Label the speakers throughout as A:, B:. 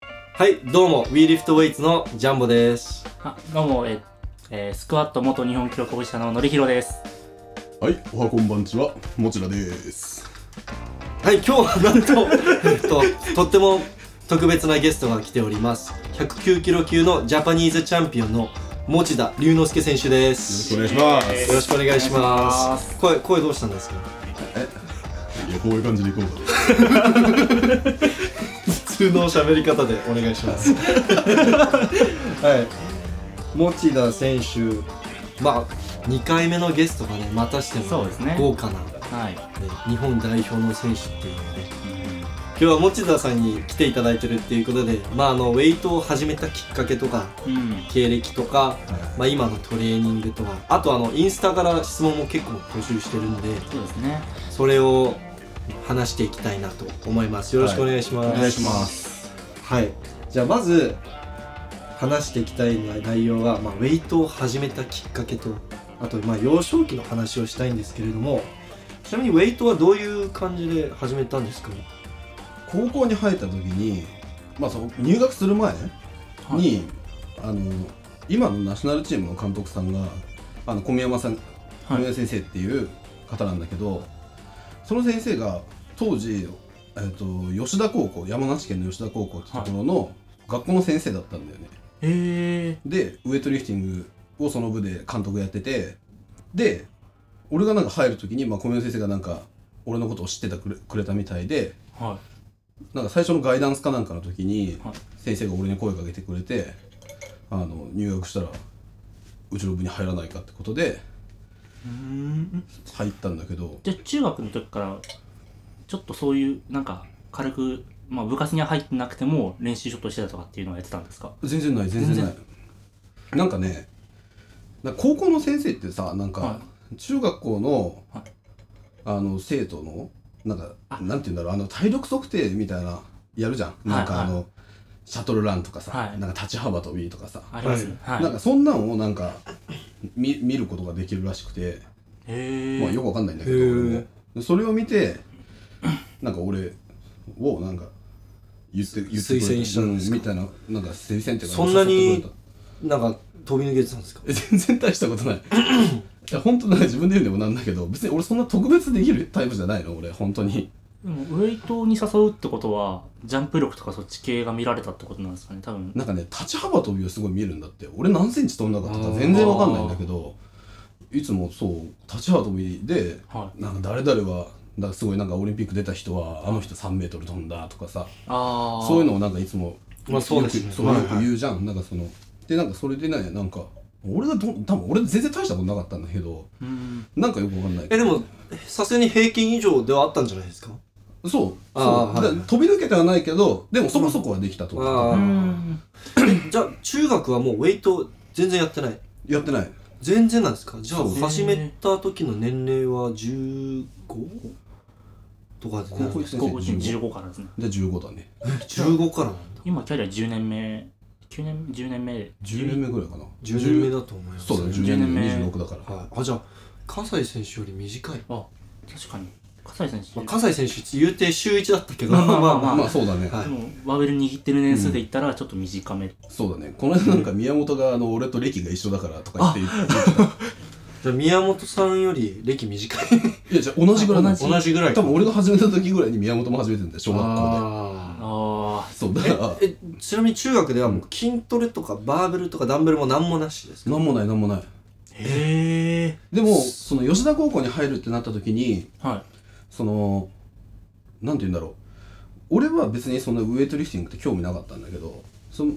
A: はい、どうも、WeLiftWeights のジャンボです。
B: あどうも、えーえースクワット元日本記録保持者ののりひろです。
C: はい、おはこんばんちは、もちらです。
A: はい、今日はなんと、 えっと、とっても特別なゲストが来ております。109キロ級のジャパニーズチャンピオンの持田龍之介選手です。
C: よ
A: よ
C: ろしくお願いしま
B: え
C: す。
A: ろしくお願いし
B: お願
A: ま
B: いし
A: す。声、声どうしたんですか
C: いや、こういう感じでいこうか
A: 普通の喋り方でお願いします。 はい。持田選手、まあ、2回目のゲストがね、またして
B: そ
A: も
B: うですね
A: 豪華な、ね
B: はい。
A: 日本代表の選手っていうので、
B: うん
A: 今日は持田さんに来ていただいてるっていうことで、まあ、あのウェイトを始めたきっかけとか
B: うん。
A: 経歴とか、まあ、今のトレーニングとかあとあのインスタから質問も結構募集してるんで
B: そうですね。
A: それを話していきたいなと思いますよろしくお願いします、
C: お願いします。
A: はいじゃあまず話していきたい内容が、まあ、ウェイトを始めたきっかけとあと、まあ、幼少期の話をしたいんですけれどもちなみにウェイトはどういう感じで始めたんですか
C: 高校に入った時に、まあ、その入学する前に、あの、今のナショナルチームの監督さんが、あの、小宮山さん、小宮山先生っていう方なんだけど、その先生が当時、えっ、と、吉田高校、山梨県の吉田高校ってところの学校の先生だったんだよね。
B: ええ
C: でウエイトリフティングをその部で監督やっててで俺がなんか入る時に、まあ、小宮先生がなんか俺のことを知ってたくれくれたみたいで
B: ー。は
C: なんか最初のガイダンスかなんかの時に
B: はい
C: 先生が俺に声かけてくれてあの入学したらうちの部に入らないかってことで
B: い。うん。
C: 入ったんだけど
B: じゃあ、中学の時から、ちょっとそういう、なんか、軽く、まあ、部活には入ってなくても、練習ちょっとしてたとかっていうのはやってたんですか
C: 全然ない全然ないなんかねなんか高校の先生ってさな
B: は
C: んか中学校の、
B: はい
C: あの生徒のなんか
B: あ
C: なんて言うんだろうあの体力測定みたいなやるじゃんなんか
B: はい
C: あの、シャトルランとかさ、
B: はい
C: なんか立ち幅跳びとかさ、
B: ありますね。はい。
C: なんかそんなんをなんか見見ることができるらしくて、
B: えー。
C: まあよくわかんないんだけど
A: へー
C: 俺もでそれを見てなんか俺をなんか言って言ってくれ
A: 推薦したんですか
C: うみたいななんか推薦っていうか
A: そんなに
C: 誘ってくれた
A: なんか飛び抜けてたんですか
C: え全然大したことないいや本当なんか自分で言うのもなんだけど別に俺そんな特別できるタイプじゃないの俺本当に
B: でも、ウェイトに誘うってことは、ジャンプ力とかそっち系が見られたってことなんですかね、多分。
C: なんかね立ち幅跳びをすごい見るんだって俺何センチ飛んだかとか全然わかんないんだけどいつもそう立ち幅跳びで
B: はい。
C: なんか誰々はだからすごいなんかオリンピック出た人はあの人3メートル飛んだとかさ
B: ああ。
C: そういうのをなんかいつも
A: まあそうですね
C: よくそう
A: はい
C: よ
A: はい
C: く言うじゃん、なんかそのでなんかそれでねなんか俺がどん多分俺全然大したことなかったんだけど
B: うん。
C: なんかよくわかんない
A: えでもさすがに平均以上ではあったんじゃないですか
C: そうそう
A: あー
C: だ
A: はい
C: 飛び抜けてはないけどでもそこそこはできたと
A: あー
B: うん。
A: じゃあ中学はもうウェイト全然やってない
C: やってない
A: 全然なんですかじゃあ
C: そう
A: 始めた時の年齢は 15? とかで
C: 高校
A: ね
C: 一年
B: 高校
C: 生15
B: 15からですね。
C: で15だね
A: 15からなんだ
B: 今キャリア10年目9年10年目
C: 10年目ぐらいかな
A: 10年目だと思います
C: そうだね
B: 10
C: 10年目
B: 10年目
C: 26だから
A: はい、あじゃあ葛西選手より短い、
B: あ確かに葛西選手、
A: まあ、葛西選手言うて週1だったけど
B: まあまあまあま
C: まあそうだね
A: はい
B: でもワーベル握ってる年数で言ったらちょっと短め、
C: そうだねこの間なんか宮本があの俺と歴が一緒だからとか言って言って
A: じゃあ宮本さんより歴短い
C: いやじゃあ同じぐらいなの
B: 同
A: 同じぐらい
C: 多分俺が始めた時ぐらいに宮本も始めてんだよ小学校
A: あ
B: あ
C: でそうだから
A: ーえちなみに中学ではもう筋トレとかバーベルとかダンベルも何もなしですか
C: なんもないなんもない
B: あへえ
C: でもその吉田高校に入るってなった時に
B: は
C: そのなんて言うんだろう俺は別にそんなウエイトリフティングって興味なかったんだけどその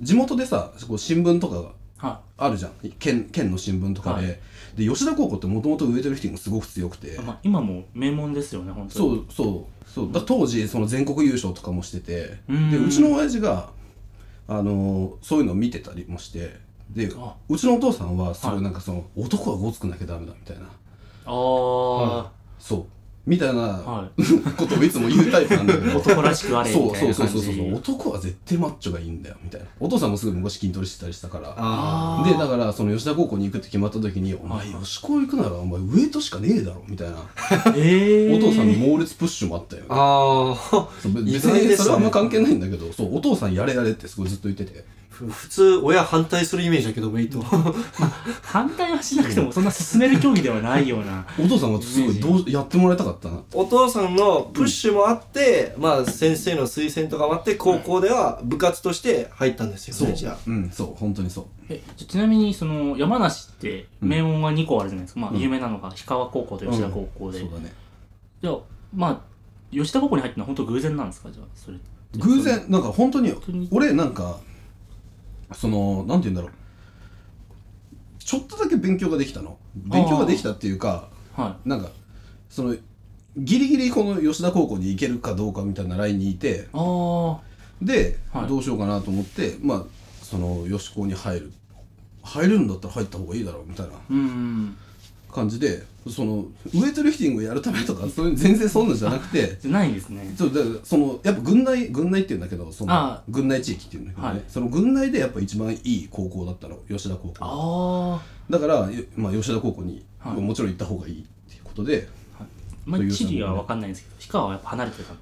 C: 地元でさこう新聞とかが
B: いは
C: あるじゃん県県の新聞とかで,、
B: はい
C: で吉田高校ってもともとウエイトリフティングすごく強くて
B: い、まあ、今も名門ですよね本当
C: そ
B: に
C: うそうそうだ当時その全国優勝とかもしてて
B: うん
C: でうちの親父があのそういうのを見てたりもしてで
B: あ
C: うちのお父さんはすご
B: はい
C: いなんかその、男はごつくなきゃダメだみたいな
B: ああ、
C: そうみたいな
B: は
C: ことをいつも言うタイプなんだけ
B: い。
C: ど
B: 男らしくあれみ
C: そう
B: たい
C: そう
B: な
C: そ
B: 感
C: うそう
B: じ。
C: そう男は絶対マッチョがいいんだよみたいなお父さんもすぐ昔筋トレしてたりしたから
A: あ
B: あー
C: でだからその吉田高校に行くって決まった時に「お前吉高行くならお前ウエイトしかねえだろ」みたいな
B: ええ
C: お父さんの猛烈プッシュもあったよね
A: あああ
C: そう別
A: 意外でしたね
C: にそれはあんま関係ないんだけどそうお父さんやれやれってすごいずっと言ってて
A: ふ普通親反対するイメージだけどウェイ ト
B: 反対はしなくてもそんな進める競技ではないような。
C: お父さんはすごいどうやってもらいたかったな
A: お父さんのプッシュもあって、まあ先生の推薦とかもあって高校では部活として入ったんですよね、じゃ
C: うんそう本当にそう
B: えちょちなみにその山梨って
C: うん
B: 名門が2校あるじゃないですか、まあ
C: うん
B: 有名なのが氷川高校と吉田高校で、
C: そうだね
B: じゃあまあ吉田高校に入ったのは本当偶然なんですかじゃあそれ
C: 偶然なんか本当に
B: 本当に
C: 俺なんかそのなんて言うんだろうちょっとだけ勉強ができたの勉強ができたっていうか
B: は
C: なんかそのギリギリこの吉田高校に行けるかどうかみたいなラインにいて
B: いああは
C: で、
B: はい
C: どうしようかなと思ってまあその吉高に入る入れるんだったら入った方がいいだろうみたいな
B: うんうん
C: 感じでそのウエイトリフティングやるためとかそういう全然そんなんじゃなくて
B: じゃないんですね
C: そうだからそのやっぱ軍内軍内っていうんだけどその
B: あ
C: 軍内地域っていうんだけどね、
B: はい
C: その軍内でやっぱ一番いい高校だったの吉田高校
B: ああ
C: だから、よまあ、吉田高校に、
B: はい
C: もちろん行った方がいいっていうことで
B: まあ
C: という
B: 地理は分かんないんですけど氷川はやっぱ離れてた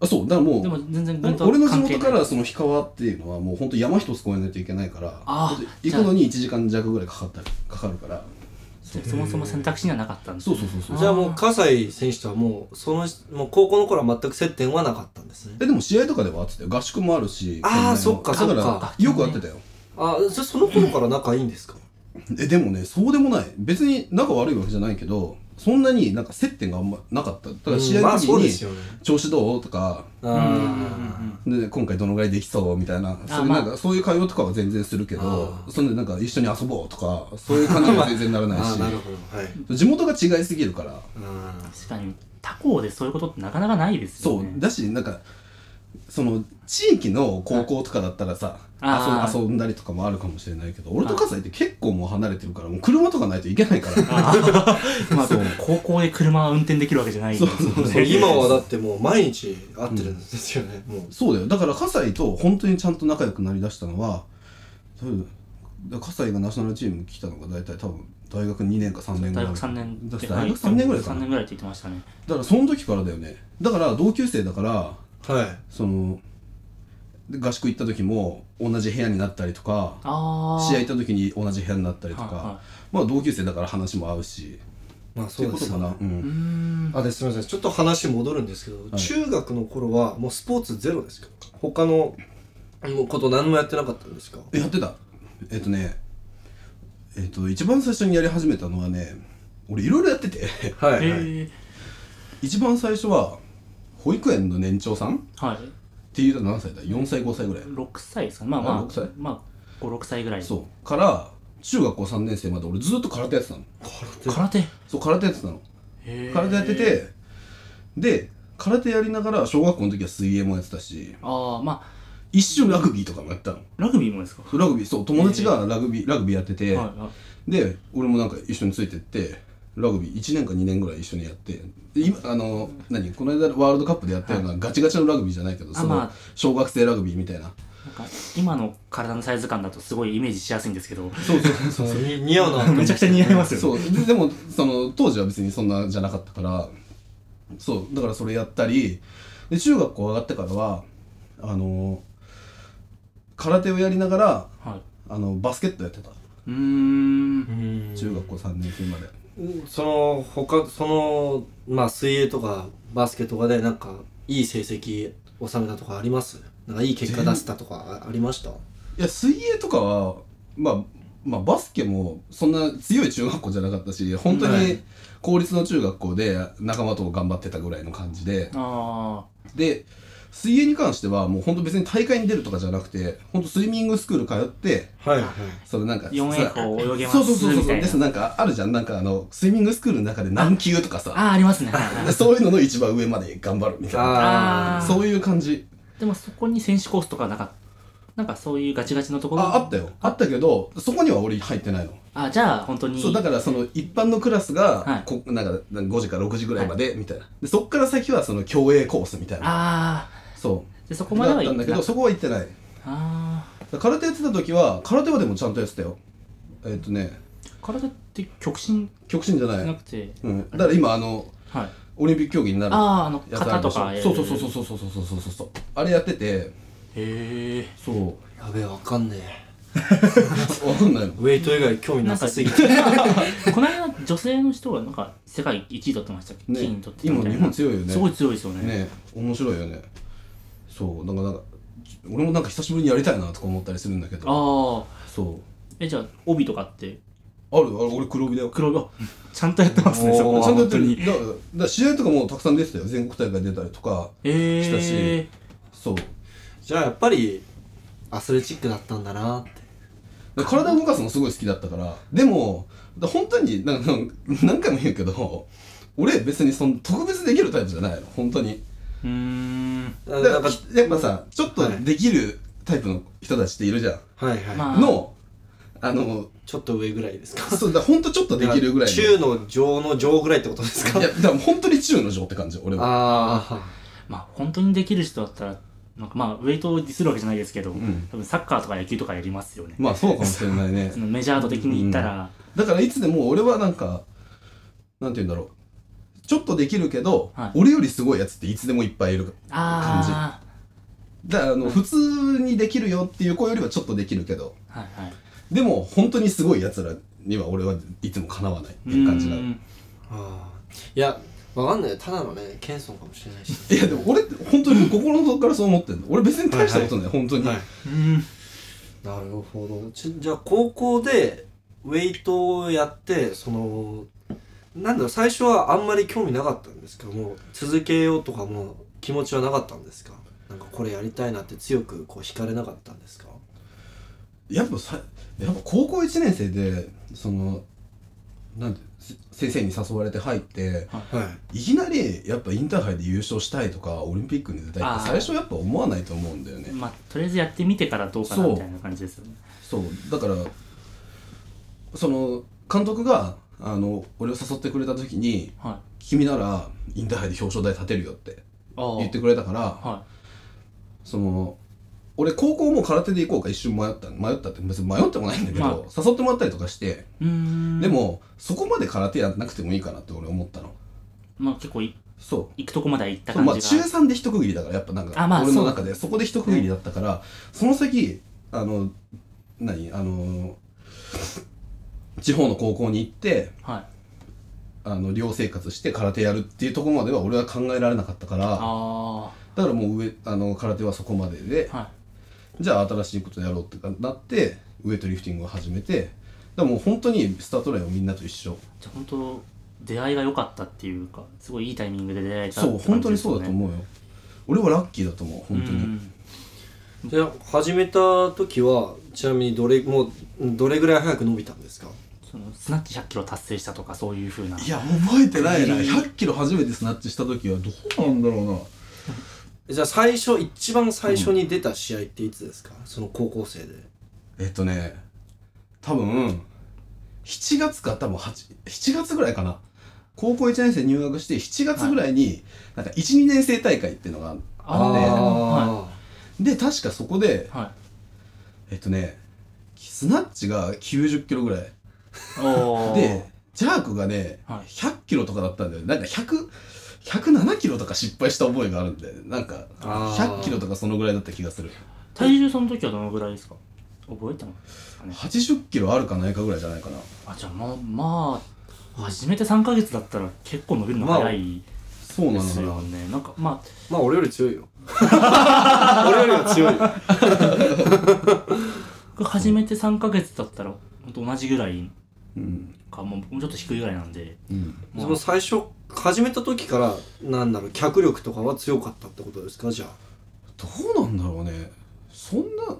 C: あそうだからもう
B: でも全然軍
C: 俺
B: とは
C: 俺の地
B: 関係
C: 元
B: な
C: か
B: い
C: らその氷川っていうのはもう本当山一つ越えないといけないから
B: あー
C: 行くのに1時間弱ぐらいかかったりかかるから
B: そそもそも選択肢にはなかったんです
C: そうそうそうそ
A: あ
C: う
A: じゃあもう葛西選手とはもうそのもう高校の頃は全く接点はなかったんですね
C: えでも試合とかではあってたよ合宿もあるし
A: あー
C: 県内の
A: そっかそっか
C: だからよく会ってたよ
A: あじゃあその頃から仲いいんですか、
C: えでもねそうでもない別に仲悪いわけじゃないけどそんなになんか接点があんまなかっただから試合
A: うんまあ
C: の時
A: そう
C: に、
A: ですよね
C: 調子どうとか
A: あ
B: うんうんうんう
A: ー
B: ん
C: で今回どのぐらいできそうみたいなそういう
B: ま
C: な
B: あ
C: んかそういう会話とかは全然するけど
A: あー
C: そんでなんか一緒に遊ぼうとかそういう感じは全然なら
A: あ
C: ない
A: ー
C: し
A: なるほどはい
C: 地元が違いすぎるから
A: あ
B: 確かに他校でそういうことってなかなかないです
C: そ
B: よ
C: う
B: ね
C: だしなんかその地域の高校とかだったらさ
B: あー
C: 遊遊んだりとかもあるかもしれないけど俺と葛西って結構もう離れてるからもう車とかないといけな いから
B: まあでも高校で車は運転できるわけじゃない
C: そうそう
A: ーそう今はだってもう毎日会ってるんですよね、もう
C: そうだよだから葛西と本当にちゃんと仲良くなりだしたのは多分だから葛西がナショナルチームに来たのが大体多分大学2年か3年ぐら
B: 大
C: い
B: 学3年
C: だって大学3年ぐらいか
B: 3
C: な
B: 年ぐらいって言ってましたね
C: だからその時からだよねだから同級生だから
A: はい
C: そので合宿行った時も同じ部屋になったりとか
B: ああ
C: 試合行った時に同じ部屋になったりとか、
B: はいはい
C: まあ同級生だから話も合うし
A: まあ
C: そういうことか
A: よね
C: な、うん
B: うーん
A: あですみませんちょっと話戻るんですけど、
C: い
A: 中学の頃はもうスポーツゼロですか他のもうこと何もやってなかったんですか
C: やってたえっ、とねえっ、と一番最初にやり始めたのはね俺いろいろやってて
A: は
B: えー
C: 一番最初は保育園の年長さんっ
B: はい
C: ていうと何歳だ4歳5歳ぐらい
B: 6歳ですかねまあまあ
C: あ六歳
B: まあ56歳ぐらい
C: そうから中学校3年生まで俺ずっと空手やってたの
B: 空手へ
C: そう空手やってたの
B: え
C: 空手やっててで空手やりながら小学校の時は水泳もやってたし
B: ああまあ
C: 一瞬ラグビーとかもやったの
B: ラグビーもですか
C: ラグビーそう友達がラグビー、ラグビーやってて、
B: はいはい
C: で俺もなんか一緒についてってラグビー1年か2年ぐらい一緒にやってで今あの何この間ワールドカップでやったようなガチガチのラグビーじゃないけど
B: あ
C: そ
B: ま
C: の
B: あ
C: 小学生ラグビーみたいな
B: なんか今の体のサイズ感だとすごいイメージしやすいんですけど
C: そうそうそう
A: そうに似合うな
B: めちゃくちゃ似合いますよね
C: そうででもその当時は別にそんなじゃなかったからそうだからそれやったりで中学校上がってからはあの空手をやりながら
B: はい
C: あのバスケットやってた
B: うーん
C: 中学校3年生まで、
A: その他そのまあ水泳とかバスケとかでなんかいい成績収めたとかありますなんかいい結果出せたとかあありました
C: いや水泳とかはまあまあバスケもそんな強い中学校じゃなかったし本当
A: はい
C: に公立の中学校で仲間と頑張ってたぐらいの感じで
B: あ
C: で水泳に関してはもう本当別に大会に出るとかじゃなくて本当スイミングスクール通って
A: はいはい
C: そのなんか
B: 四
C: さ
B: 英校泳げます
C: そうそうそうそう
B: みたいな
C: ですなんかあるじゃんなんかあのスイミングスクールの中で何級とか
B: あ
C: さ
B: ああありますねはい はい
C: そういうのの一番上まで頑張るみたいな
B: あ
A: あ
B: ー
C: そういう感じ
B: でもそこに選手コースとかなかっなんかそういうガチガチのところ
C: ああったよあったけどそこには俺入ってないの
B: あじゃあ本当に
C: そうだからその一般のクラスが、
B: はい
C: こなんかなんか5時から6時ぐらいまでみたいな、でそっから先はその競泳コースみたいな
B: あ
C: そ
B: あでそこ
C: う
B: まで
C: だっ
B: は
C: たんだけ
B: な
C: ど
B: かっ
C: そこは行ってない
B: たああ
C: だから空手やってた時は空手はでもちゃんとやってたよえっ、とね
B: 体って極真
C: 極真じゃ
B: じゃ
C: な、
B: ないくて、
C: うん、だから今あの
B: はい
C: オリンピック競技になる
B: あああの
C: やつあ
B: 肩
C: るで
B: と
C: しょ
B: か
C: そうそうそうそう
B: う
C: そうそうそうそうそうあれやってて
B: へえ
C: そう
A: やべえわかんねえ
C: わかんないの
A: ウェイト以外興味なさすぎて
B: この間女性の人がなんか世界一位取ってましたっけ、金取
C: ね
B: ってたみ
C: 今
B: たいな
C: 日本強いよね
B: すごい強いですよね
C: ね面白いよねそうなんかなんか俺もなんか久しぶりにやりたいなとか思ったりするんだけ
B: あ
C: ど
B: あ
C: そう
B: えじゃあ帯とかって
C: あるある俺黒帯だよ
B: 黒帯あちゃんとやってますねそこ
C: ちゃんとやって
B: 本
C: るだからだから試合とかもたくさん出てたよ全国大会出たりとか
B: 当にへえ
C: したしそう
A: じゃあやっぱりアスレチックだったんだなって
C: で体を動かすのすごい好きだったからでもだ本当になんか何回も言うけど俺別にその特別できるタイプじゃないの本当に
B: うーん
A: あ
C: だ
A: なん
C: か
A: から
C: やっぱさちょっと
A: はい
C: できるタイプの人たちっているじゃん、
A: はいはい、
B: まあ
C: のあの
A: ちょっと上ぐらいですか
C: そうだほんとちょっとできるぐらい
A: 中
C: の
A: の上の上ぐらいってことですか
C: いやだから本当に中の上って感じ俺は
A: あ
B: まあ本当にできる人だったらなんかまあウェイトをディスるわけじゃないですけど、
C: ん
B: 多分サッカーとか野球とかやりますよね、
C: まあそうかもしれないね
B: そのメジャー度的に言ったら、
C: だからいつでも俺はなんかなんて言うんだろうちょっとできるけど、
B: はい
C: 俺よりすごいやつっていつでもいっぱいいる
B: ああ
C: だからあの、普通にできるよっていう子よりはちょっとできるけど
B: はいはい
C: でも本当にすごいやつらには俺はいつもかなわないっていう感じな
B: うー
C: の
B: ん
A: ーあーいやわかんないただのね謙遜かもしれないし
C: いやでも俺って本 当に心の底からそう思ってんの俺別に大したことない、本当に、
A: はいう
B: ーん
A: なるほどちじゃあ高校でウェイトをやってそのなんだろう最初はあんまり興味なかったんですけども続けようとかも気持ちはなかったんですかなんかこれやりたいなって強くこう惹かれなかったんですか
C: やっぱさやっぱ高校1年生でそのなんてせ先生に誘われて入って
A: はい
C: いきなりやっぱインターハイで優勝したいとかオリンピックに出たいって最初やっぱ思わないと思うんだよね
B: まあとりあえずやってみてからどうかなみたいな感じですよね
C: そうだからその監督があの俺を誘ってくれた時に
B: はい
C: 「君ならインターハイで表彰台立てるよ」って
B: ああ
C: 言ってくれたから
B: は
C: その俺高校も空手で行こうか一瞬迷った迷ったって別に迷ってもないんだけど、
B: は
C: 誘ってもらったりとかして、
B: いうーん
C: でもそこまで空手やんなくてもいいかなって俺思ったの
B: まあ結構い
C: そう
B: 行くとこまでは行った
C: そう
B: 感じ
C: ま
B: が
C: あ中3で一区切りだからやっぱなんか
B: あまあ
C: 俺の中でそこで一区切りだったから、その先あの何あの地方の高校に行って
B: はい
C: あの寮生活して空手やるっていうところまでは俺は考えられなかったから
B: あ
C: だからもう上あの空手はそこまでで
B: あはい
C: じゃあ新しいことやろうってなってウエイトリフティングを始めてだからもう本当にスタートラインをみんなと一緒
B: じゃあ本当出会いが良かったっていうかすごいいいタイミングで出会えたって
C: そう
B: 感じ
C: 本当に
B: です
C: そ
B: よ
C: うだ
B: ね
C: と思うよ俺はラッキーだと思う本当に、
B: うん
A: じゃあ始めた時はちなみにどれもうどれぐらい早く伸びたんですか
B: そのスナッチ100キロ達成したとかそういうふうない
C: や覚えてないな100キロ初めてスナッチした時はどうなんだろうな
A: じゃあ最初一番最初に出た試合っていつですか、その高校生で
C: えっとね多分7月か多分8 7月ぐらいかな高校1年生入学して7月ぐらいに、なんか12年生大会っていうのが
B: あ
C: ー
A: あ
B: は
C: で確かそこで
B: はい
C: えっとねスナッチが90キロぐらい
B: おー
C: でジャークがね、
B: はい
C: 100キロとかだったんだよねなんか100 107キロとか失敗した覚えがあるんでなんか
A: あー
C: 100キロとかそのぐらいだった気がする
B: 体重その時はどのぐらいですか覚えてますかね
C: 80キロあるかないかぐらいじゃないかな
B: あじゃあまあまあ初めて3ヶ月だったら結構伸びるの
A: まあ
B: 早い
C: そうな
B: で
C: の
B: す
C: か
B: よ
C: な
B: ね、なんかまあ
A: まあ俺より強いよ俺よりは強いよ
B: 僕初めて3ヶ月だったら本当同じぐらい
C: うん、
B: かもうもうちょっと低いぐらいなんで
C: うん、
B: まあ
A: その最初始めた時からなんだろう脚力とかは強かったってことですかじゃ
C: どうなんだろうねそんな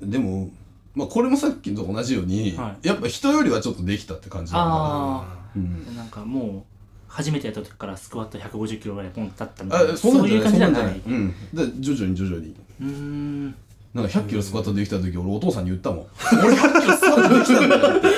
C: でもまあこれもさっきと同じように、
B: は
C: やっぱ人よりはちょっとできたって感じなの
A: あ
C: か
B: あ
C: なうん
B: なんかもう初めてやった時からスクワット150キロぐらいポンって立ったみたいな
C: あそうなんじゃ
B: いう
C: な
B: 感
C: いそ
B: じ
C: う
B: な
C: な
B: じゃな
C: んんじゃないいうんで徐々に徐々に
B: うーん
C: うんなんか100キロスクワットできた時、俺お父さんに言ったもん。俺100キロスクワットできたんだよって。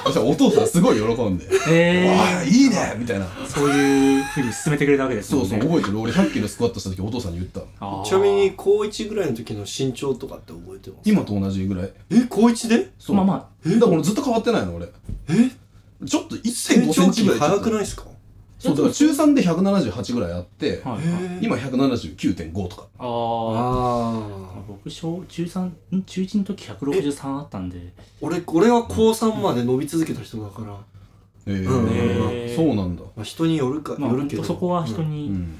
C: そしたらお父さんすごい喜んで、
B: え
C: わあ、いいねみたいな。
B: そういうふうに進めてくれたわけです
C: そ
B: も
C: うんそう、
B: ね。
C: 覚えてる。俺100キロスクワットした時、お父さんに言った。
B: あー
A: ちなみに、高1ぐらいの時の身長とかって覚えてます
C: 今と同じぐらい。
A: え高1で
C: そう。
B: まあま
C: だから俺ずっと変わってないの、俺。
A: え
C: ちょっと
A: 成
C: 1.5セ
A: 長
C: ンチ
A: 期
C: ぐらい。
A: 早くないですか
C: そう、だから中3で178ぐらいあって
B: あ、、はい、はい。
A: えー
C: 今179.5とか。
B: ああ。
A: ああ
B: 僕、小、中三、ん中一の時163あったんで。
A: 俺俺は高3まで伸び続けた人だから、ま
C: ええ
A: うん
B: へえ
C: そうなんだ。
A: あ、人によるか、
B: まあ、
A: よるけど
B: ほんとそこは人
A: うん
C: う
B: に、
C: ん。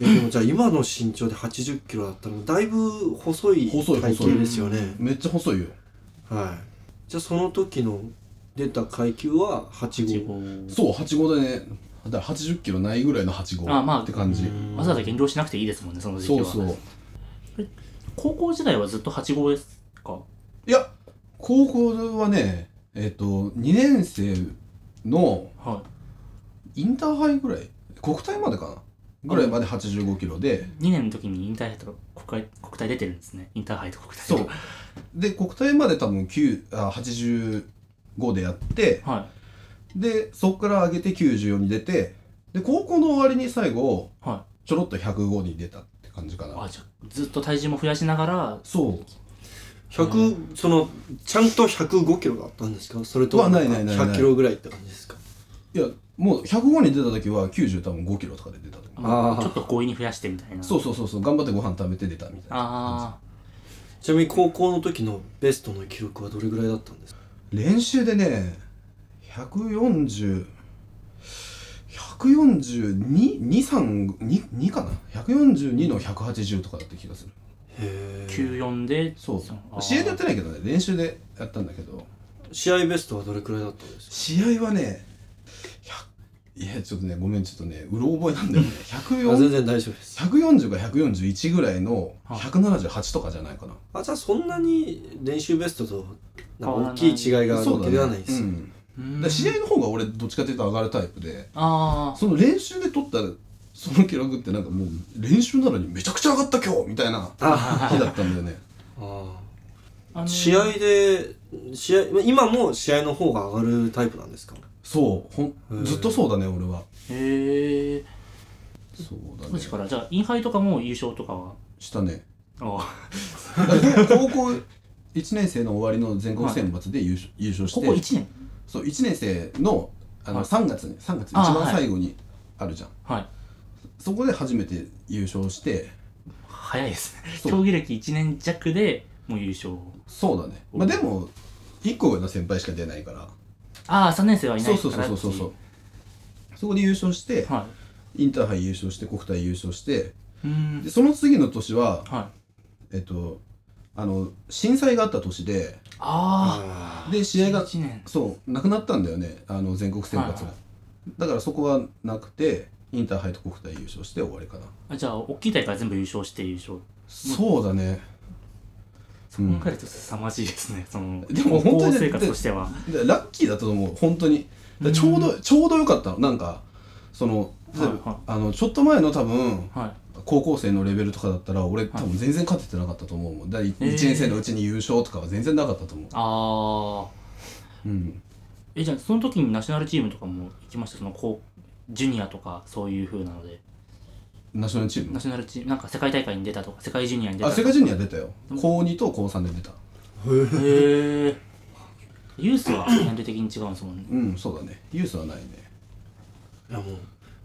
A: えでもじゃあ今の身長で8 0キロだったらだいぶ細い
C: 細い細い
A: 体型ですよね
C: めっちゃ細いよ。
A: はいじゃあその時の出た階級は8号
B: 自
C: そう、85でね、だから80キロないぐらいの85
B: あまあ
C: って感じ。
B: 分わざわざ減量しなくていいですもんね、その時期
C: そ
B: は。
C: うそう。
B: 高校時代はずっと8号ですか。
C: いや、高校はね、えっ、と、2年生の
B: は
C: インターハイぐらい、国体までかなぐらいまで85キロで、
B: い。2年の時にインターハイと国会国体出てるんですね。インターハイと国体
C: そう。で、国体まで多分9あ85でやって、
B: は
C: で、そこから上げて94に出て、で、高校の終わりに最後、
B: い。は
C: ちょろっと105に出たって感じか
B: い。
C: な。
B: あ、じゃあずっと体重も増やしながら、
C: そう。
A: 100そのちゃんと105キロだったんですかそれと
C: うわないないないない
A: 100キロぐらいって感じですか
C: いや、もう105に出た時は90多分5キロとかで出たと思う
B: ま
A: あ
B: あ、
A: ー
B: ちょっと強引に増やしてみたいな。
C: そうそうそうそう、頑張ってご飯食べて出たみたいな。
B: あ
A: ちなみに高校の時のベストの記録はどれぐらいだったんですか
C: 練習でね、140、142、2、3、2かな ?142 の180とかだった気がする。
A: へえ
B: あ、94で、
C: そう
B: の。あー
C: 試合でやってないけどね、練習でやったんだけど、
A: 試合ベストはどれくらいだったんですか
C: 試合はね、100いや、ちょっとね、ごめん、ちょっとね、うろ覚えなん だよね。
A: あ
C: 140
A: 全然大丈夫です
C: 140か141ぐらいの
B: はい
C: 178とかじゃないかな。
A: あじゃあそんなに練習ベストとなんか大きい違いがある
C: そう
A: わ
C: だ
A: け
C: ね
A: ではないです
C: う
A: ね
B: う
C: んだ
B: ん
C: から試合の方が俺どっちかというと上がるタイプで
B: あ
C: その練習で取ったその記録ってなんかもう練習なのにめちゃくちゃ上がった今日みたいな
A: あ
C: 日だったんだよね
A: あ
B: ああの。
A: 試合で試合今も試合の方が上がるタイプなんですか
C: そうほ
A: うん
C: んずっとそうだね俺は
B: へえ。
C: そうだ
B: 当時か
C: ね
B: ら、じゃあ、インハイとかも優勝とかは。
C: し たね
B: あ
C: だから高校1年生の終わりの全国選抜で優勝,、優勝
B: あ、
C: し
B: こ
C: て
B: こ1年。
C: そう1年生のあ
B: は
C: の
B: い
C: 3月に3月一
B: あー
C: 番
B: はい
C: 最後にあるじゃん、
B: はい。
C: そこで初めて優勝して
B: 早いですね。
C: そう
B: 競技歴1年弱でもう優勝。
C: そうだね、まあ、でも1個上の先輩しか出ないから
B: ああ、3年生はいな
C: そ
B: いうか
C: そ
B: ら
C: うそうそう
B: ってい
C: そうそこで優勝して、
B: は
C: インターハイ優勝して国体優勝して
B: い。うーん
C: で。その次の年は
B: はい。
C: えっとあの震災があった年で
B: あ
A: あ
C: で試
B: あ、
C: 合が
B: 1年。
C: そうなくなったんだよねあの全国選抜が、
B: はいはい
C: だからそこはなくてインターハイと国体優勝して終わりかな、
B: あじゃあ、大きい大会全部優勝して優勝。
C: そうだね
B: そこからちょっと凄まじいですね、その、
C: でも本当
B: 高校
C: に
B: 生活としては。
C: でラッキーだったと思う本当にだからちょうど、ちょうどよかったのなんかその、
B: はいは
C: あのちょっと前の多分
B: はい。
C: 高校生のレベルとかだったら俺多分全然勝ててなかったと思うもんだ1年生のうちに優勝とかは全然なかったと思う、
B: ああ。
C: うん、
B: え、じゃあ、その時にナショナルチームとかも行きました、その、こう、ジュニアとか、そういう風なので。
C: ナショナルチーム
B: ナショナルチーム、なんか世界大会に出たとか、世界ジュニアに出た
C: あ
B: とか
C: 世。界ジュニア出たよ高2と高3で出た
B: へえ。ユースは年齢的に違うんですもんね。
C: うんそうだねユースはないね
A: いやも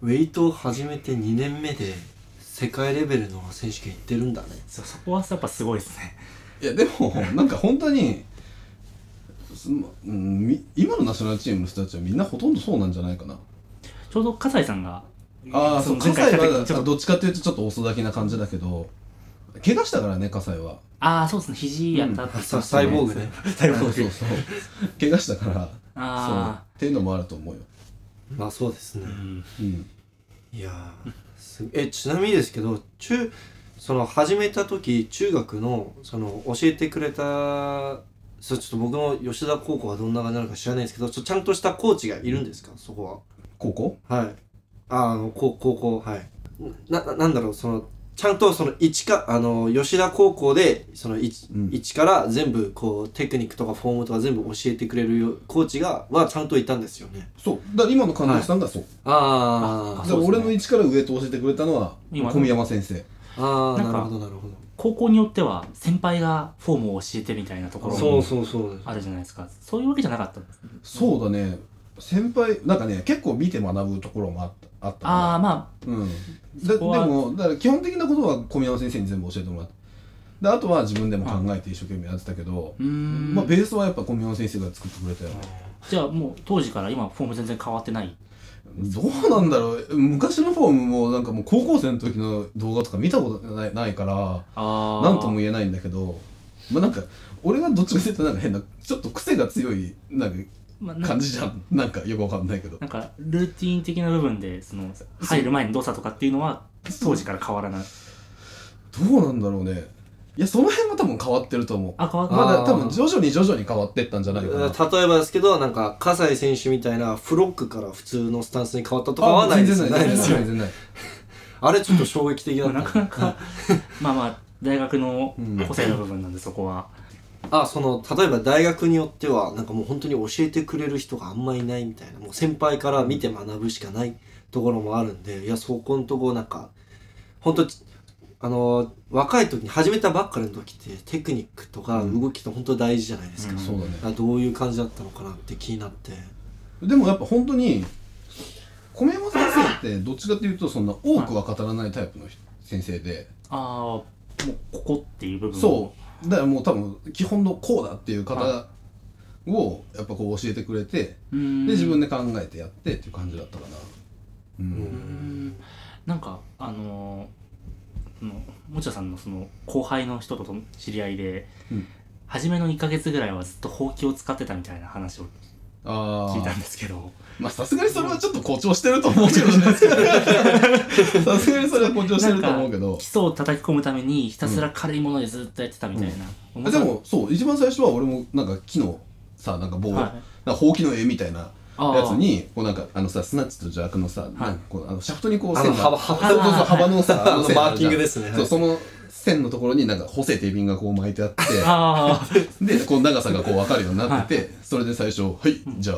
A: うウェイトを始めて2年目で世界レベルの選手権行ってるんだね
B: そそこはやっぱすごいですね。
C: いやでも なんか本当にすまうんみ今のナショナルチームの人たちはみんなほとんどそうなんじゃないかな
B: ちょうど葛西さんが、
C: ああ
B: そ
C: そうう
B: 前
C: 葛
B: 回来
C: 西
B: た時
C: は
B: ちょっと
C: どっちかっていうとちょっと遅咲きな感じだけど怪我したからね葛 西は
B: ああ、そうですね、肘やったって言って
A: さ
B: ました
A: サ
B: ね
A: イボーグね
B: サイボ
C: そう
B: ー
C: そう
B: グ。
C: そう怪我したからそう
B: あ
C: っていうのもあると思うよ
A: まあそうですね
B: あ。うん
C: うん
A: いやーすえちなみにですけど中その始めた時中学のその教えてくれたそうちょっと僕の吉田高校はどんな感じなのか知らないんですけどちょちゃんとしたコーチがいるんですかそこは
C: 高校
A: はい。ああの、高高校、はい。な、ななんだろう、その、ちゃんとその一かあの吉田高校でその一、
C: うん
A: 一から全部こうテクニックとかフォームとか全部教えてくれるよコーチがはちゃんといたんですよね。
C: そうだから今の監督さんがそう、
A: あー
B: あ
C: だから
B: そうです
C: 俺
B: ね
C: の位置から上と教えてくれたのは
B: 今
C: 小宮山先生
A: あー
B: なん
A: な
B: か
A: るほどなるほど。
B: 高校によっては先輩がフォームを教えてみたいなところ
A: そう
B: も
A: そうそう。
B: あるじゃないですかそういうわけじゃなかったんですね
C: そうだね先輩なんかね結構見て学ぶところもあったあった
B: ああまあ
C: うん、でで
B: そこは
C: もだから基本的なことは小宮山先生に全部教えてもらってであとは自分でも考えて一生懸命やってたけど、
B: うーん、
C: まあ、ベースはやっぱ小宮山先生が作ってくれたよね
B: じゃあもう当時から今フォーム全然変わってない
C: どうなんだろう昔のフォームもなんかもう高校生の時の動画とか見たことないないから
B: あ
C: 何と
B: う
C: も言えないんだけどまあなんか俺はどっちかというとなんか変なちょっと癖が強いなん
B: まあ、
C: か
B: なん
C: 感
B: か
C: じじゃんなんかよくわかんないけど
B: なんかルーティン的な部分でその入る前の動作とかっていうのは当時から変わらない
C: どうなんだろうねいやその辺は多分変わってると思う
B: あ変わっ
A: ー
C: ま
B: た
C: だ多分徐々に徐々に変わってったんじゃないかな
A: 例えばですけどなんか葛西選手みたいなフロックから普通のスタンスに変わったとかはないですよ
C: 全然ない
A: ないですよ
C: 全然ない
A: あれちょっと衝撃的だ
B: ま
A: っ
B: あ
A: た
B: なかなかまあまあ大学の
C: うん
B: 個性の部分なんでそこは
A: あその例えば大学によってはなんかもう本当に教えてくれる人があんまいないみたいなもう先輩から見て学ぶしかないところもあるんでいやそこのとこなんか本当あの若い時に始めたばっかりの時ってテクニックとか
C: うん
A: 動きって本当大事じゃないですか,、
B: うん
C: そうだね
A: あどういう感じだったのかなって気になって
C: でもやっぱ本当に米山先生ってどっちかっていうとそんな多くは語らないタイプの人先生で
B: ああもうここっていう部分
C: そうだからもう多分基本のこうだっていう方
B: は
C: をやっぱこう教えてくれて
B: ううーん
C: で自分で考えてやってっていう感じだったかなう
B: うー
C: ん
B: んなんかあのーそのもちゃさんのその後輩の人とと知り合いで、
C: うん
B: 初めの1ヶ月ぐらいはずっとほうきを使ってたみたいな話を
C: あ
B: 聞いたん
C: あ
B: ですけど
C: まあさすがにそれはちょっと誇張してると思うけどねさすがにそれは誇張してると思うけど
B: 基礎を叩き込むためにひたすら軽いものでずっとやってたみたいな、
C: あでもそう一番最初は俺もなんか木のさなんか棒、
B: はい
C: なんかほうきの絵みたいな
B: あー
C: やつにこうなんかあのさスナッチと邪悪のさ、なんかこうあのシャフトにこう
A: あの
C: 線
A: 幅
C: が
A: 幅
C: そうそうそう幅のさ
A: あの
C: 線
A: マ
C: が
A: ー
C: る
A: キ
C: じゃ
A: ン
C: ん
A: グですね
C: そうその線のところになんか細いテーピングがこう巻いてあって
B: あ ー
C: でこう長さがこう分かるようになってて、それで最初「はいじゃあ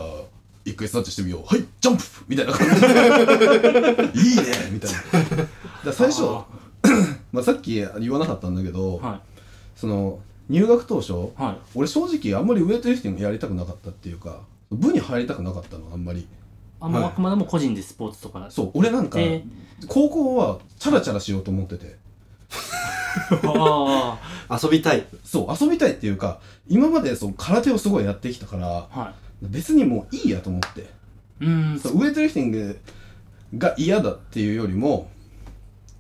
C: 一回スナッチしてみようはいジャンプ!」みたいな感じで「いいね!」みたいなだから最初
B: あ
C: まあさっき言わなかったんだけど、
B: は
C: その入学当初
B: いはい
C: 俺正直あんまりウエイトリフティングやりたくなかったっていうか部に入りたくなかったのあんまり
B: あんま
A: はい
B: あくまでも個人でスポーツとか
C: そう俺なんか
B: で
C: 高校はチャラチャラしようと思ってて
B: あ
A: 遊びたい
C: そう遊びたいっていうか今までそう空手をすごいやってきたから
B: あは
C: 別にもういいやと思って
B: いうーん
C: そうウエイトリフティングが嫌だっていうよりも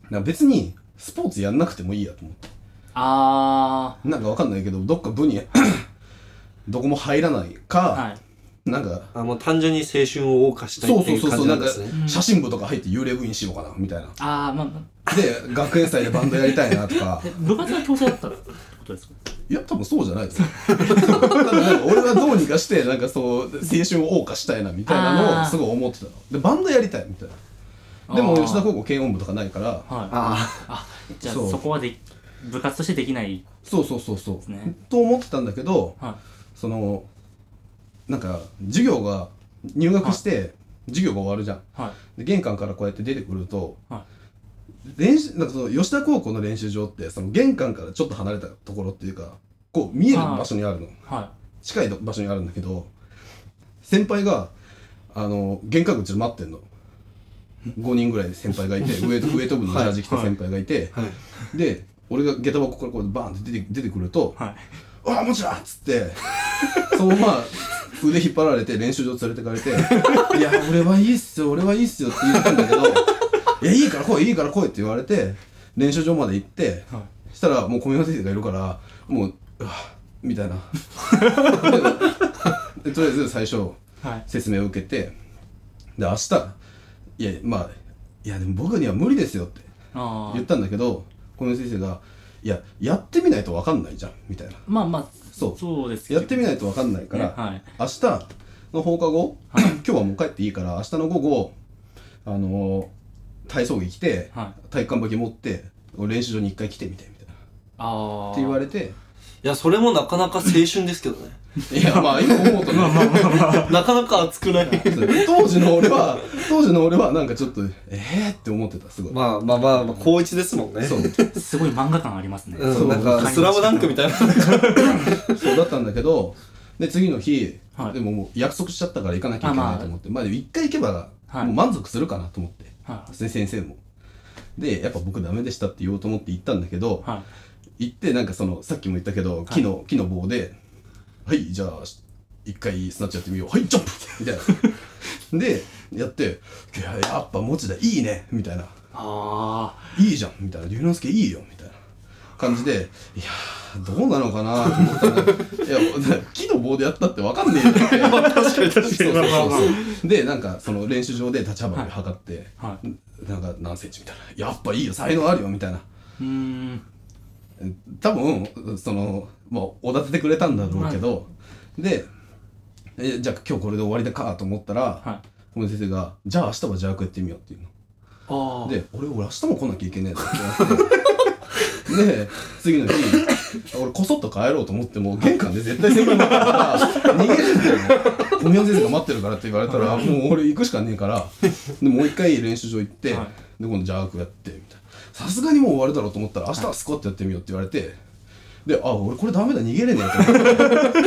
C: なんか別にスポーツやんなくてもいいやと思って
B: あ
C: なんかわかんないけどどっか部に どこも入らないか、
B: あはい
C: なんか
A: あもう単純に青春を謳歌したいっていう感じなんですね
B: うん
C: 写真部とか入って幽霊部員しようかなみたいな
B: ああまあま
C: で学園祭でバンドやりたいなとか
B: あえ部活が強制だったってことですか
C: いや多分そうじゃないですよ 多分なんか俺はどうにかしてなんかそう青春を謳歌したいなみたいなのを
B: あー
C: すごい思ってたのでバンドやりたいみたいなでも吉田高校軽音部とかないから
B: 校はい
A: あ
B: あじゃあ
C: そう
B: そこはで部活としてできない
C: そうそうそうそう、
B: ね
C: と思ってたんだけど
B: はい
C: そのなんか授業が入学して授業が終わるじゃん
B: はい
C: で玄関からこうやって出てくると、
B: は
C: 練習なんかその吉田高校の練習場ってその玄関からちょっと離れたところっていうかこう見える場所にあるの
B: は
C: 近い場所にあるんだけど先輩があの玄関口で待ってんの5人ぐらい先輩がいてウエイトウエイト部のジャージ着た先輩がいて、
A: あはい
C: で俺が下駄箱からこうバーンって出て出てくると
B: いはい
C: 「ああもちろん!」っつって そのまま腕引っ張られて練習場連れてかれて 「いや俺はいいっすよ俺はいいっすよ」って言ったんだけど 「いやいいから来いいいから来い」って言われて練習場まで行って
B: はい
C: したらもう小宮山先生がいるからもう「うわみたいな でとりあえず最初
B: はい
C: 説明を受けてで明日いやまあいやでも僕には無理ですよって
B: あ
C: 言っ
B: あ
C: たんだけど小宮山先生が「いややってみないと分かんないじゃん」みたいな
B: まあまあ
C: そう
B: そうですけど
C: やってみないと分かんないから、
B: ねはい
C: 明日の放課後 今日はもう帰っていいから明日の午後あのー体操着着て
B: は
C: 体育館履き持って練習場に一回来てみてみたいな
B: ああ
C: って言われて
A: いやそれもなかなか青春ですけど ね
C: いやまあ今思うとね
A: なかなか熱くない
C: 当時の俺は当時の俺はなんかちょっとええー、って思ってたすごい、
A: まあまあまあまあ高一ですもんね
C: そう
B: すごい漫画感ありますね、
A: う
C: そ
A: ん、
C: う
A: なんか「スラムダンクみ たいな
C: そうだったんだけどで次の日、
B: はい
C: でももう約束しちゃったから行かなきゃいけないと思ってまあでも一回行けば
B: はい
C: もう満足するかなと思って、
B: は
C: で先生もでやっぱ僕ダメでしたって言おうと思って行ったんだけど、
B: い、はい、
C: 行ってなんかそのさっきも言ったけど木の木の棒で「はいじゃあし一回スナッチやってみようはいジャンプ!」 みたいなでやって「いややっぱ持田いいね」みたいな
B: あ
C: 「いいじゃん」みたいな「龍之介いいよ」みたいな感じで「いやーどうなのかな」と思ったら「いや木の棒でやったってわかんねえよ」って
A: 確かに確
C: そうそう
B: まあ
C: そう
B: まあ
C: そうでなんかその練習場で立ち幅を測って、
B: あはい
C: なんか何センチみたいな「やっぱいいよ才能あるよ」みたいな
B: うーん
C: 多分そのまあおだててくれたんだろうけど、でえじゃあ今日これで終わりだかと思ったら
B: はい
C: 小野先生が「じゃあ明日は邪悪やってみよう」っていう
B: ああ
C: ので「俺俺明日も来なきゃいけねえ」ってなってで次の日俺こそっと帰ろうと思っても玄関で絶対先輩待ってるから逃げるんだよ「小宮先生が待ってるから」って言われたらもう俺行くしかねえからでもう一回練習場行って、
B: はい
C: で今度邪悪やってみたいなさすがにもう終わるだろうと思ったら明日はスクワットやってみようって言われて、であ俺これダメだ逃げれねえと思って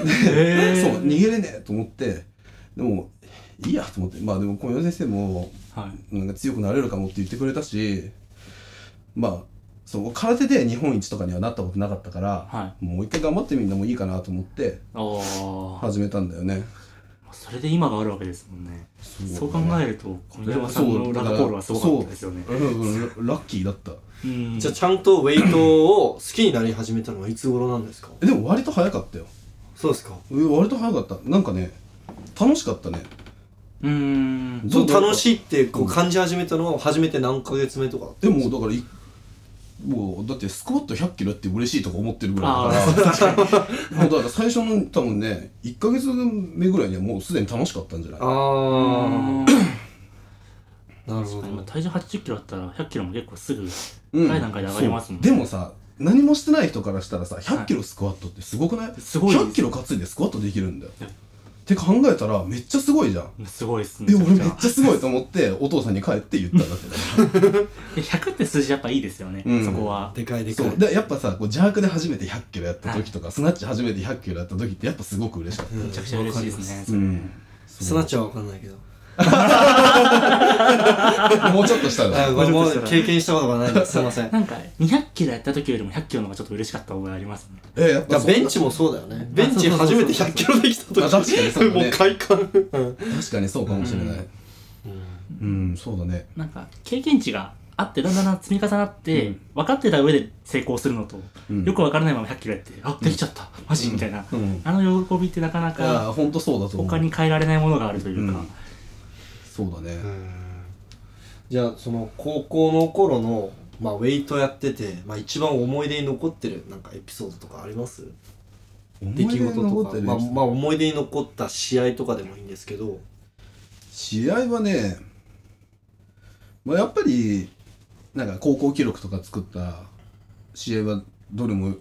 B: へえ
C: そう逃げれねえと思って でもいいやと思ってまあでも小宮先生も
B: はい
C: なんか強くなれるかもって言ってくれたしまあそう空手で日本一とかにはなったことなかったから、
B: は
C: もう一回頑張ってみんなもいいかなと思って
B: ああ
C: 始めたんだよね
B: それで今があるわけですもんね
C: そう
B: そう考えると小宮山さんのラブコールはすごかったですよね
C: そううんうんラッキーだった
B: うーん
A: じゃあちゃんとウェイトを好きになり始めたのはいつ頃なんですか
C: えでも割と早かったよ
A: そうですか
C: うん割と早かったなんかね楽しかったね
B: うーん
A: そう楽
C: い
A: しいってこう感じ始めたのは初めて何ヶ月目とか
C: でもだからいもうだってスクワット100キロやって嬉しいとか思ってるぐらい
B: あ
C: だからもうだから最初の多分ね1ヶ月目ぐらいにはもうすでに楽しかったんじゃない
A: あ
B: う
A: あ
B: ーん
A: なるほ
B: 今
A: ど
B: 体重8 0キロだったら1 0 0キロも結構すぐ
C: うん
B: 高い段階で上がりますもんね
C: そうでもさ何もしてない人からしたらさ100キロスクワットってすごくない、
B: すごいです
C: 100キロ担いでスクワットできるんだよ、
B: うん
C: って考えたらめっちゃすごいじゃん
B: すごいですね
C: え俺
B: めちゃくち
C: めっちゃすごいと思ってお父さんに帰って言っ たんだって
B: ゃ100って数字やっぱいいですよね、
C: うん
B: そこは
A: でかいでか
C: そ
A: いう
C: でやっぱさこう邪悪で初めて1 0 0キロやった時とか、スナッチ初めて1 0 0キロやった時ってやっぱすごく嬉しかった、
A: め
B: めちゃくちゃ嬉しいですね、
C: うん
A: すなっちゃんは分かんないけど
C: もうちょっとした
A: あ
C: ら
A: 俺も経験したことがないんですすいません
B: なんか200キロやった時よりも100キロの方がちょっと嬉しかった覚えありますね
C: え
A: だ
C: やっぱ
A: から
C: そう
A: ベンチもそうだよねベンチ
B: あそうそ
A: 初
B: うそうそ
A: め
B: う
A: て100キロできた時
C: あ確かにそう だね
A: もう快感
C: 確かにそうかもしれないうん、そうだね
B: なんか経験値があってだんだんだん積み重なって、
C: うん
B: 分かってた上で成功するのと、
C: うん
B: よく分からないまま100キロやってあできちゃった、マジみたいな、
C: うん
B: あの喜びってなかない
C: や
B: か
C: 本当そうだと思う
B: 他に変えられないものがあるというか、
C: うんそうだね、
A: じゃあその高校の頃のまあウェイトやっててまあ一番思い出に残ってるなんかエピソードとかあります出来事と
C: 思い出に残っ
A: か
C: てる
A: まあまあ思い出に残った試合とかでもいいんですけど
C: 試合はね、まあ、やっぱりなんか高校記録とか作った試合はどれも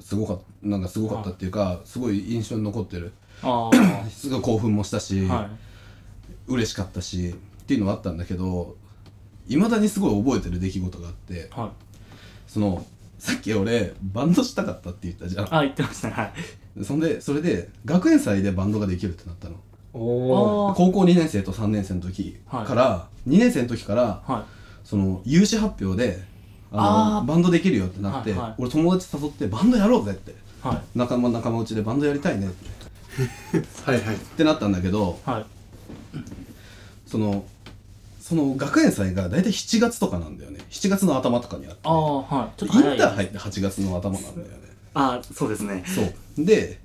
C: すごかったなんかすごかったっていうかすごい印象に残ってる
B: あ
C: すごい興奮もしたし、
B: あはい
C: 嬉しかったしっていうのはあったんだけどいまだにすごい覚えてる出来事があって
B: はい
C: そのさっき俺バンドしたかったって言ったじゃん
B: あ言ってましたねはい
C: そんでそれで学園祭でバンドができるってなったの
A: お
B: お
C: 高校2年生と3年生の時
B: はい
C: から、2年生の時から
B: はい
C: その有志発表であの
B: あー
C: バンドできるよってなって、
B: はいはい
C: 俺友達誘ってバンドやろうぜって
B: は
C: 仲間仲間内でバンドやりたいねって
A: はいはい
C: ってなったんだけど
B: いはい
C: そのその学園祭が大体7月とかなんだよね7月の頭とかにあって
B: ああはいちょっと
C: イ
B: 早い
C: ンターハイって8月の頭なんだよね
B: ああそうですね
C: そうで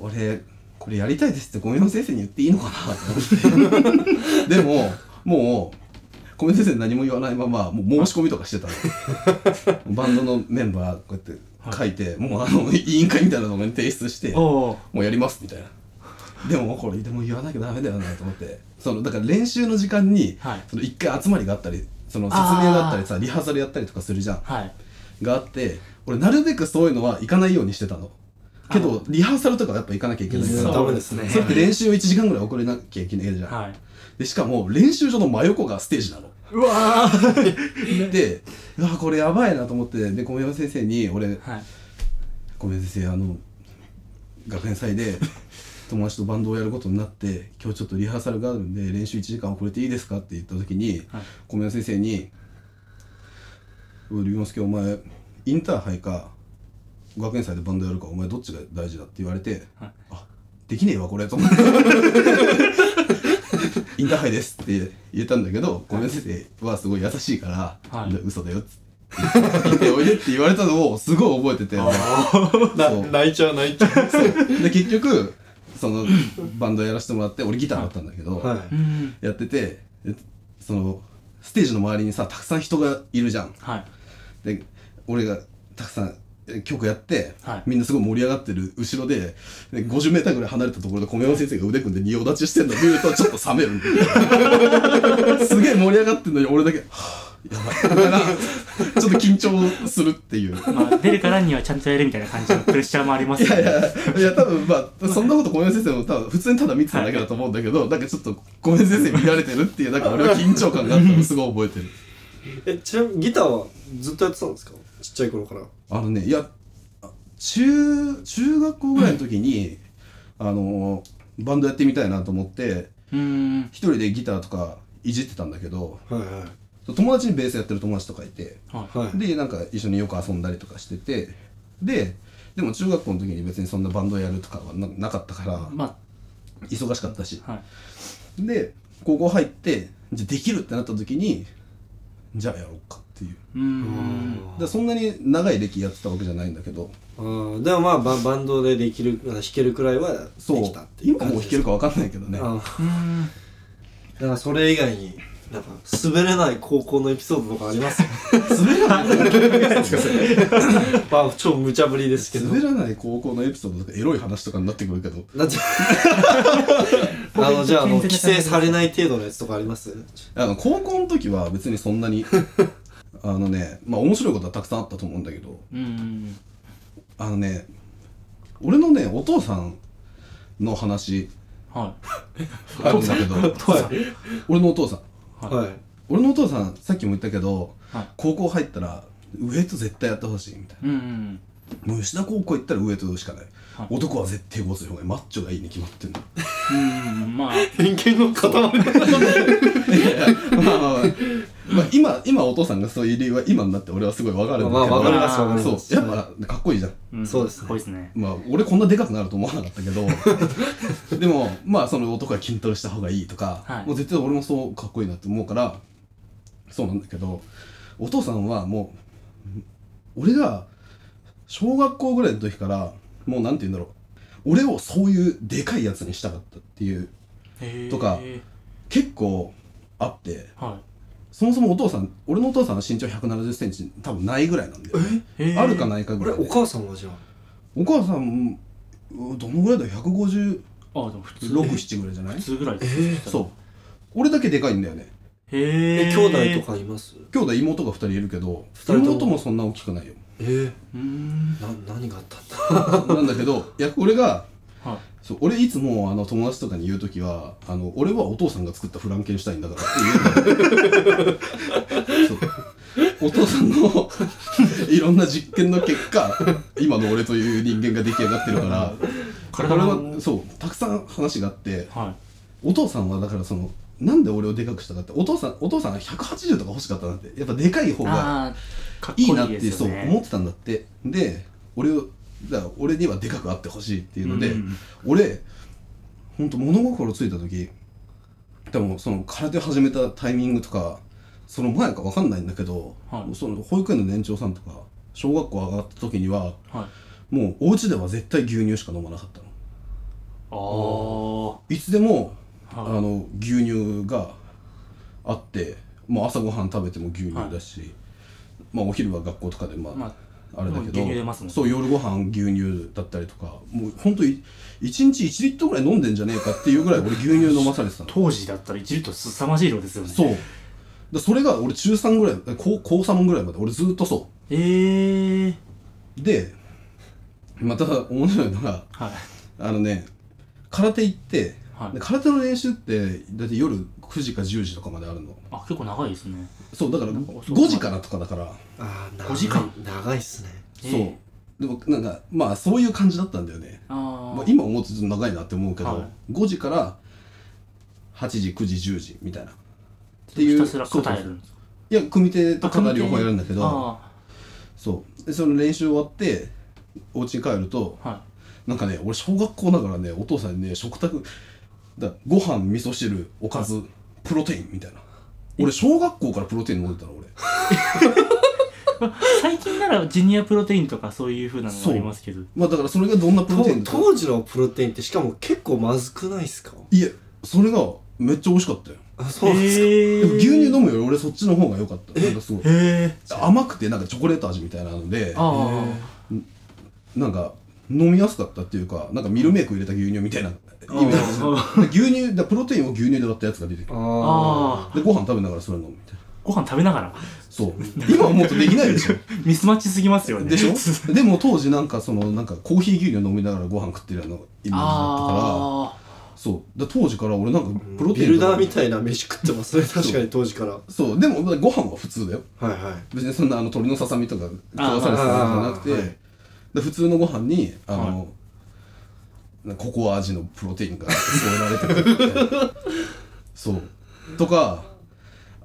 C: 俺これやりたいですって小宮山先生に言っていいのかなと思っ てでももう小宮先生何も言わないままもう申し込みとかしてた のバンドのメンバーこうやって書いて、もうあの委員会みたいなのに提出して
B: おお
C: もうやりますみたいなでもこれでも言わなきゃダメだよなと思ってそのだから練習の時間に、
B: はい
C: その一回集まりがあったりその説明だったりさリハーサルやったりとかするじゃん
B: はい。
C: があって俺なるべくそういうのは行かないようにしてたのけどリハーサルとかはやっぱ行かなきゃいけないから
A: そ
C: そう
B: うですね
C: れって練習を1時間ぐらい遅れなきゃいけないじゃん、
B: はい。
C: でしかも練習場の真横がステージなの
A: うわー
C: でうわこれやばいなと思ってで小宮山先生に俺
B: はい。
C: 小宮山先生あの学園祭で友達とバンドをやることになって今日ちょっとリハーサルがあるんで練習1時間遅れていいですかって言った時に、
B: はい
C: 小宮山先生に「龍之介お前インターハイか学園祭でバンドやるかお前どっちが大事だ?」って言われて「
B: はい
C: あできねえわこれ」と思って。インターハイですって言えたんだけど、小宮山先生はすごい優しいから、
B: はい
C: 嘘だよっつって言っておいでって言われたのをすごい覚えて て、
A: な
C: そう
A: 泣いちゃう泣いちゃ
C: で結局そのバンドやらせてもらって俺ギターだったんだけど、
A: うは
B: うん。
C: やっててでそのステージの周りにさたくさん人がいるじゃん
B: はい。
C: で俺がたくさんえ曲やって、
B: はい
C: みんなすごい盛り上がってる後ろでで 50m ぐらい離れたところで米山先生が腕組んで仁王立ちしてんの見るとちょっと冷めるんだよすげえ盛り上がってるのに俺だけ「はぁやばい」みたいなちょっと緊張するっていう。
B: まあ、出るからにはちゃんとやるみたいな感じのプレッシャーもあります
C: い
B: よ
C: や
B: ね。
C: いや、いや多分まあ、そんなこと小林先生も多分普通にただ見てただけだと思うんだけど、なんかちょっと小林先生見られてるっていう、なんか俺は緊張感があったのすごい覚えてる。
A: うえちなみにギターはずっとやってたんですかちっちゃい頃から
C: あのね、いや、中、中学校ぐらいの時に、あの、バンドやってみたいなと思って、
B: うん。
C: 一人でギターとかいじってたんだけど、
A: はいはい
C: 友達にベースやってる友達とかいて、
B: は
A: はい
C: で、なんか一緒によく遊んだりとかしてて、で、でも中学校の時に別にそんなバンドやるとかはななかったから
B: い。、ま
C: 忙しかったし。
B: あ、はい。
C: で高校入ってじゃあできるってなった時にじゃあやろうかっていう
B: う。
A: うん
C: でそんなに長い歴やってたわけじゃないんだけど
A: あーでもまあババンドでできる弾けるくらいはで
C: そう
A: きたっていう
C: 今
A: 感じ
C: もう弾ける
A: か
C: かわかんないけどね
A: あー
B: うん。
A: だからそれ以外になんか滑れない高校のエピソードとかあります
C: 滑らない
A: まあ超無茶ぶりですけど
C: 滑らない高校のエピソードとかエロい話とかになってくるけど
A: だってあのじゃああの規制されない程度のやつとかあります
C: あの高校の時は別にそん なにあのねまあ面白いことはたくさんあったと思うんだけど
B: うん。
C: あのね俺のねお父さんの話
B: は
C: あるんだけ ど
A: はい
C: 俺のお父さん
A: はい
C: 俺のお父さんさっきも言ったけど、
B: はい
C: 高校入ったらウエイト絶対やってほしいみたい
B: い。うん。
C: なもう吉田高校行ったらウエイトしかない、
B: はい
C: 男は絶対ごつい方がいいマッチョがいいに決まってんの
B: うん。まあ、
A: 偏見の塊
C: いやいやまあまあまあ、まあ、今今お父さんがそういう理由は今になって俺はすごい分かるんだけど、
A: まあわかりますわかり
C: そ
A: ま
C: う
A: す
C: やっぱかっこいいじゃん
B: うん
A: そうですね
B: かっこいいですね。
C: まあ俺こんなでかくなると思わなかった けどでもまあその男は筋トレした方がいいとか、
B: はい
C: もう絶対俺もそうかっこいいなって思うからそうなんだけどお父さんはもう俺が小学校ぐらいの時からもうなんて言うんだろう俺をそういうでかいやつにしたかったっていう
B: へー
C: とか結構あって
B: は
C: そもそもお父さん俺のお父さんは身長1 7 0センチ多分ないぐらいなんだよ、ね、
B: い。へー
C: あるか。ないか
A: こ
C: ぐ
A: れ
C: らい
A: お
C: で
A: 母さんはじゃ
C: お母さんうんどのぐらいだ150
B: あ、でも普通。
C: 六七ぐらいじゃない
B: 普？通ぐらいで
A: え
B: す。
C: そう。俺だけでかいんだよね。
B: う。へ
A: え
B: え。
A: 兄弟と。かいます
C: 兄弟妹が二人いるけど、
A: 人とも
C: 妹もそんな大きくないよ。
A: えー、
B: うん。
A: な何があったんだ
C: なんだけど、いや俺が
B: はい。
C: そう俺いつもあの友達とかに言うときはあの俺はお父さんが作ったフランケンシュタインだからって言うんだよそうお父さんのいろんな実験の結果今の俺という人間が出来上がってるから
B: 体
C: 俺
B: の
C: はそうたくさん話があって
B: は
C: お父さんはだからそのなんで俺をでかくしたかってお父さんお父さんは180とか欲しかったなってやっぱでかい方
B: い。
C: が
B: ああ、かっこ
C: いい
B: い
C: なっ
B: い
C: て
B: です
C: そう
B: よね。
C: 思ってたんだってで俺をだから俺にはでかくあってほしいっていうので、
B: うん
C: 俺ほんと物心ついた時でもその空手始めたタイミングとかその前か分かんないんだけど、
B: はい
C: その保育園の年長さんとか小学校上がった時には
B: はい。
C: もうお家では絶対牛乳しか飲まなかったの
B: ああ。はい
C: つでもあ
B: い。
C: の牛乳があって、まあ、朝ごはん食べても牛乳だし、まあ、お昼は学校とかでまあ、
B: ま
C: あれだけ
B: 牛
C: ど
B: 乳出ますもんね
C: そう夜ご飯牛乳だったりとかもうほんと1日1リットルぐらい飲んでんじゃねえかっていうぐらい俺牛乳飲まされてた
B: あ、
C: の
B: 当時だったら1リットルすさまじい量ですよね。
C: そうでそれが俺中3ぐらいえ高高3ぐらいまで俺ずっとそ
B: えー、
C: うでまた面白いのが
B: はい
C: あのね空手行って
B: はい
C: で空手の練習ってだって夜9時か10時とかまであるの
B: あ結構長いですね
C: そうだから
B: なんか遅
C: 5
B: くまで
C: 時からとかだから
A: ああ
B: 五時間
A: 長いっすね
B: え
C: そう
B: ー
C: でもなんかまあそういう感じだったんだよね
B: あー
C: まあ、今思うとちょっと長いなって思うけど、
B: は
C: 5時から8時9時10時みたいなっていう
B: ひたすら答え
C: そうそう
B: るんです
C: そういや組手と
B: あ
C: かなり両
B: 組手
C: 方やるんだけど
B: あ
C: そうでその練習終わってお家に帰ると
B: ーはい
C: なんかね俺小学校だからねお父さんにね食卓だご飯味噌汁おかずプロテインみたいな俺小学校からプロテイン飲んでたの俺
B: 最近ならジュニアプロテインとかそういう風なのがありますけど
C: まあだからそれがどんなプロテインだった
A: 当時のプロテインってしかも結構まずくないっすか
C: いやそれがめっちゃ美味しかったよ
A: あそうなんですか、
B: へ
C: で
B: ー
C: も牛乳飲むより俺そっちの方が良かったなんかすごい
B: へえ
C: 甘くてなんかチョコレート味みたいなので
B: あ
C: なんか飲みやすかったっていうかなんかミルメイク入れた牛乳みたいなイ
B: ー
C: メージ
B: あー
C: で牛乳だプロテインを牛乳で割ったやつが出てきて
A: あ
B: あ
C: でご飯食べながらそれ飲むみたいな
B: ご飯食べながら
C: そう今思うとできないでしょ
B: ミスマッチすぎますよね
C: でしょでも当時なんかそのなんかコーヒー牛乳飲みながらご飯食ってるようなイメージだったか
B: あ
C: らそうだ当時から俺なんか
A: あ
C: プロテイ
A: ビ
C: ン
A: ル
C: とか
A: ダーみたいな飯食ってますね確かに当時からは
C: そうでもご飯は普通だよ
A: いはい
C: 別にそんなあの鳥のささみとか食わされてたやつじゃ
A: あー
C: なくてで普通のご飯にあの、
B: は
C: なんかココア味のプロテインが添えられてくるみた いなそうとか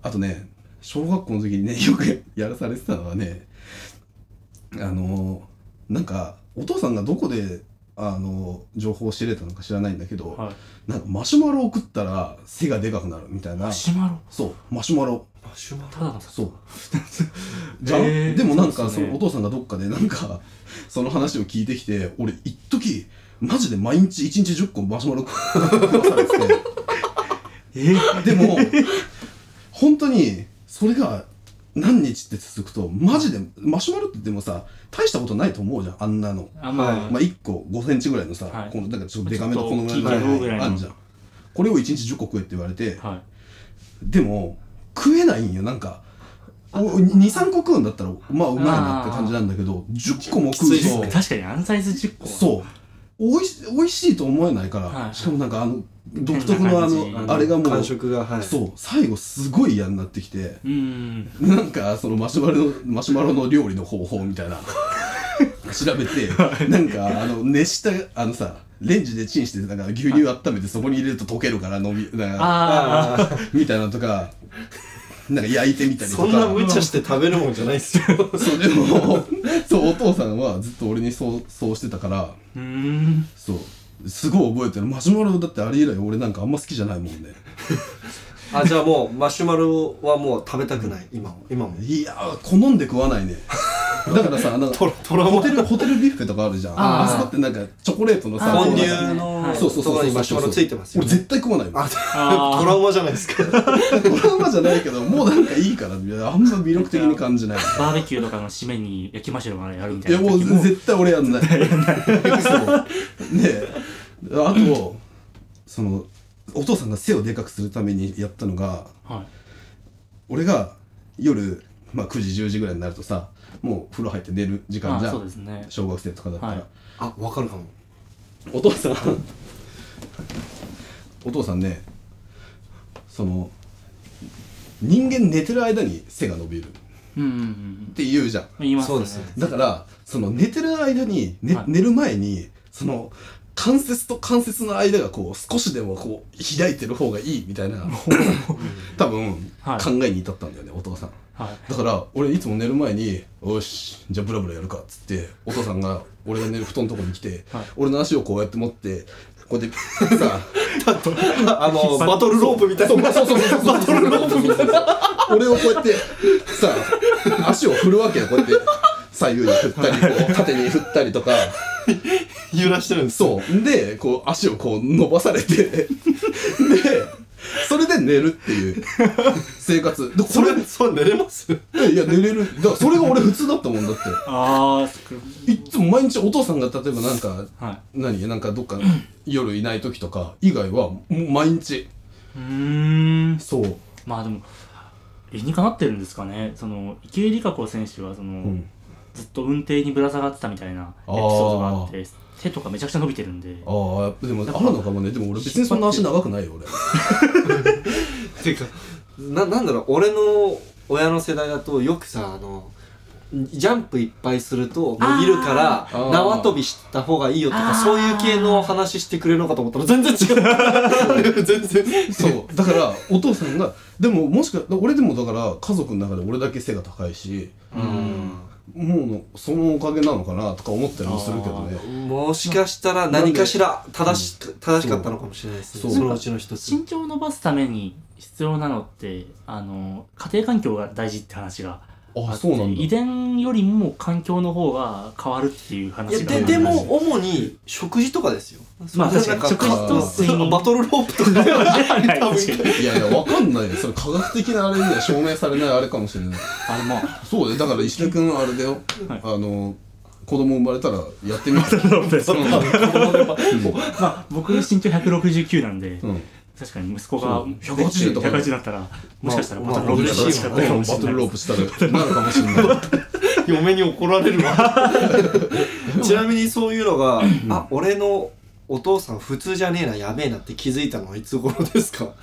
C: あとね小学校の時にね よくやらされてたのはねあのなんかお父さんがどこであの情報を知れたのか知らないんだけど、
B: あはい
C: なんかマシュマロを食ったら背がでかくなるみたいな
B: マシュマロ
C: そうマシュマロ
A: マシュマロ
B: ただのさ
C: そう じゃん、
B: えー
C: でもなんか
B: そうっす
C: そ
B: ね
C: のお父さんがどっかでなんかその話を聞いてきて俺一時マジで毎日1日10個マシュマロ食わされて
B: え
C: てでも本当にそれが何日って続くとマジでマシュマロってでもさ大したことないと思うじゃんあんなの、
B: あまあ
C: まあ、1個5センチぐらいのさ、
B: はい
C: このなんかちょっとデカめのこのぐらいの
A: ちょっと大きい
B: ぐらいの
C: あんじゃんこれを1日10個食えって言われて、
B: はい
C: でも食えないんよなんか23個食うんだったらまあうまいなって感じなんだけど10個も食う
A: きつい
C: と
A: っ
B: 確かにあのサイズ10個は
C: そう美味し美味しいと思えないから、
B: はい
C: しかもなんかあの独特の
B: 変な感
C: あの
B: じ
C: あれがも
A: 感
C: う
A: 触がはい
C: そう最後すごい嫌になってきて
B: うーん
C: なんかそのマシュマロのマシュマロの料理の方法みたいな 調べてなんかあの熱したあのさレンジでチンしてなんか牛乳温めてそこに入れると溶けるから飲みなんか
B: あ
A: あ
C: みたいなのとかなんか焼いてみた
A: あ
C: り と
A: そ
C: か
A: んな無茶して食べるもんじゃないっすよ
C: そうでもそうお父さんはずっと俺にそうそうしてたから
B: あうーん
C: そうすごい覚えてるマシュマロだってあれ以来俺なんかあんま好きじゃないもんね
A: あじゃあもうマシュマロはもう食べたくない今も今も
C: いやー好んで食わないねだからさなんか
A: トラトラ
C: ホ
A: マ
C: テルホテルビュッフェとかあるじゃん
B: あー
C: あそこってなんかチョコレートのさ
B: あー
A: 本流
C: こ
A: の
B: はい
C: そうそう
A: と
C: そうそう
A: ころにマシュマロついてます
C: う
A: よ
C: 俺絶対食わないもん
A: あ
B: あ ー
A: トラウマじゃないですか
C: トラウマじゃないけどもうなんかいいからあんま魅力的に感じない
B: バーベキューとかの締めに焼きマシュマロやるみた
C: い
B: いな
C: やもう
B: 時も
C: 絶対俺やんない。そう ねえあとそのお父さんが背をでかくするためにやったのが
B: はい
C: 俺が夜、まあ、9時10時ぐらいになるとさもう風呂入って寝る時間
B: あ
C: じゃ
B: そうで
C: ん
B: すね
C: 小学生とかだったら、
B: はい
A: あわかるかも
C: お父さんお父さんねその人間寝てる間に背が伸びるっ
B: うんうんうん
C: て言うじゃん
B: 言います
A: そう
B: ね
A: ですね
C: だからその寝てる間に、ね
B: はい
C: 寝る前にその関節と関節の間がこう少しでもこう開いてる方がいいみたいな多分、
B: はい
C: 考えに至ったんだよねお父さん
B: はい
C: だから俺いつも寝る前に「よしじゃあブラブラやるか」っつってお父さんが俺が寝る布団のとこに来て、
B: はい
C: 俺の足をこうやって持ってこうやってさ
A: あのバトルロープみたいな
C: そうそうそうそ うそうそうそうそう 俺をこうやってさ足を振るわけよこうやって左右に振ったりこう縦に振ったりとか
A: 揺らしてるんです
C: そうでこう足をこう伸ばされてでそれで寝るっていう生活でこ
A: それそう寝れます
C: れいや寝れるだからそれが俺普通だったもんだっ
B: ああ
C: ていっつも毎日お父さんが例えばなんか
B: は
C: 何なんかどっか夜いない時とか以外はもう毎日
B: いうーん
C: そう
B: まあでも理にかなってるんですかねその池江璃花子選手はその、
C: うん
B: ずっと運転にぶら下がってたみたいなエピソードがあって手とかめちゃくちゃ伸びてるんで
C: ああでもあるのかもねでも俺別にそんな足長くないよ俺
A: ていうかななんだろう俺の親の世代だとよくさあのジャンプいっぱいすると伸びるから
C: あー
A: 縄跳びした方がいいよと
B: あ
A: か
B: ー
A: そういう系の話してくれるのかと思ったら全然違う 全然
C: そう だからお父さんがでももしか俺でもだから家族の中で俺だけ背が高いし
A: う
C: もうのそのおかげなのかなとか思ったりもするけどね
A: んもしかしたら何かしら正し正しかったのかもしれないです
C: そ
A: ね
C: う
A: そのうちの一つ
B: 身長を伸ばすために必要なのってあの家庭環境が大事って話が
C: あ
B: あって
C: そうなん
B: 遺
C: だ
B: 伝よりも環境の方が変わるっていう
A: いや
B: 話が
A: ででも主に食事とかですよ
B: まあ
A: それ
B: 確かに
A: なん
C: 食事と
B: 睡眠
A: バトルロープとか
B: ではない確かに
C: いやいやわかんないよそれ科学的なあれには証明されないあれかもしれない
B: あれまあ
C: そうだよだから石田君あれだよ、
B: はい
C: あの子供生まれたらやってみる、う
B: まあ僕身長169なんで、
C: んうん、
B: 確かに息子が
C: そう180とか
B: 180だったらもしかしたら
A: まあ
B: バトルロープ
A: 嬉しい
B: か
A: わ
B: っ
C: バ
B: たかもし
C: ト
B: れな
C: ル
B: い
C: ロープしたらなるかもしれない
A: 嫁に怒られる わちなみにそういうのが、あ俺のお父さん普通じゃねえなやべえなって気づいたのはいつ頃ですか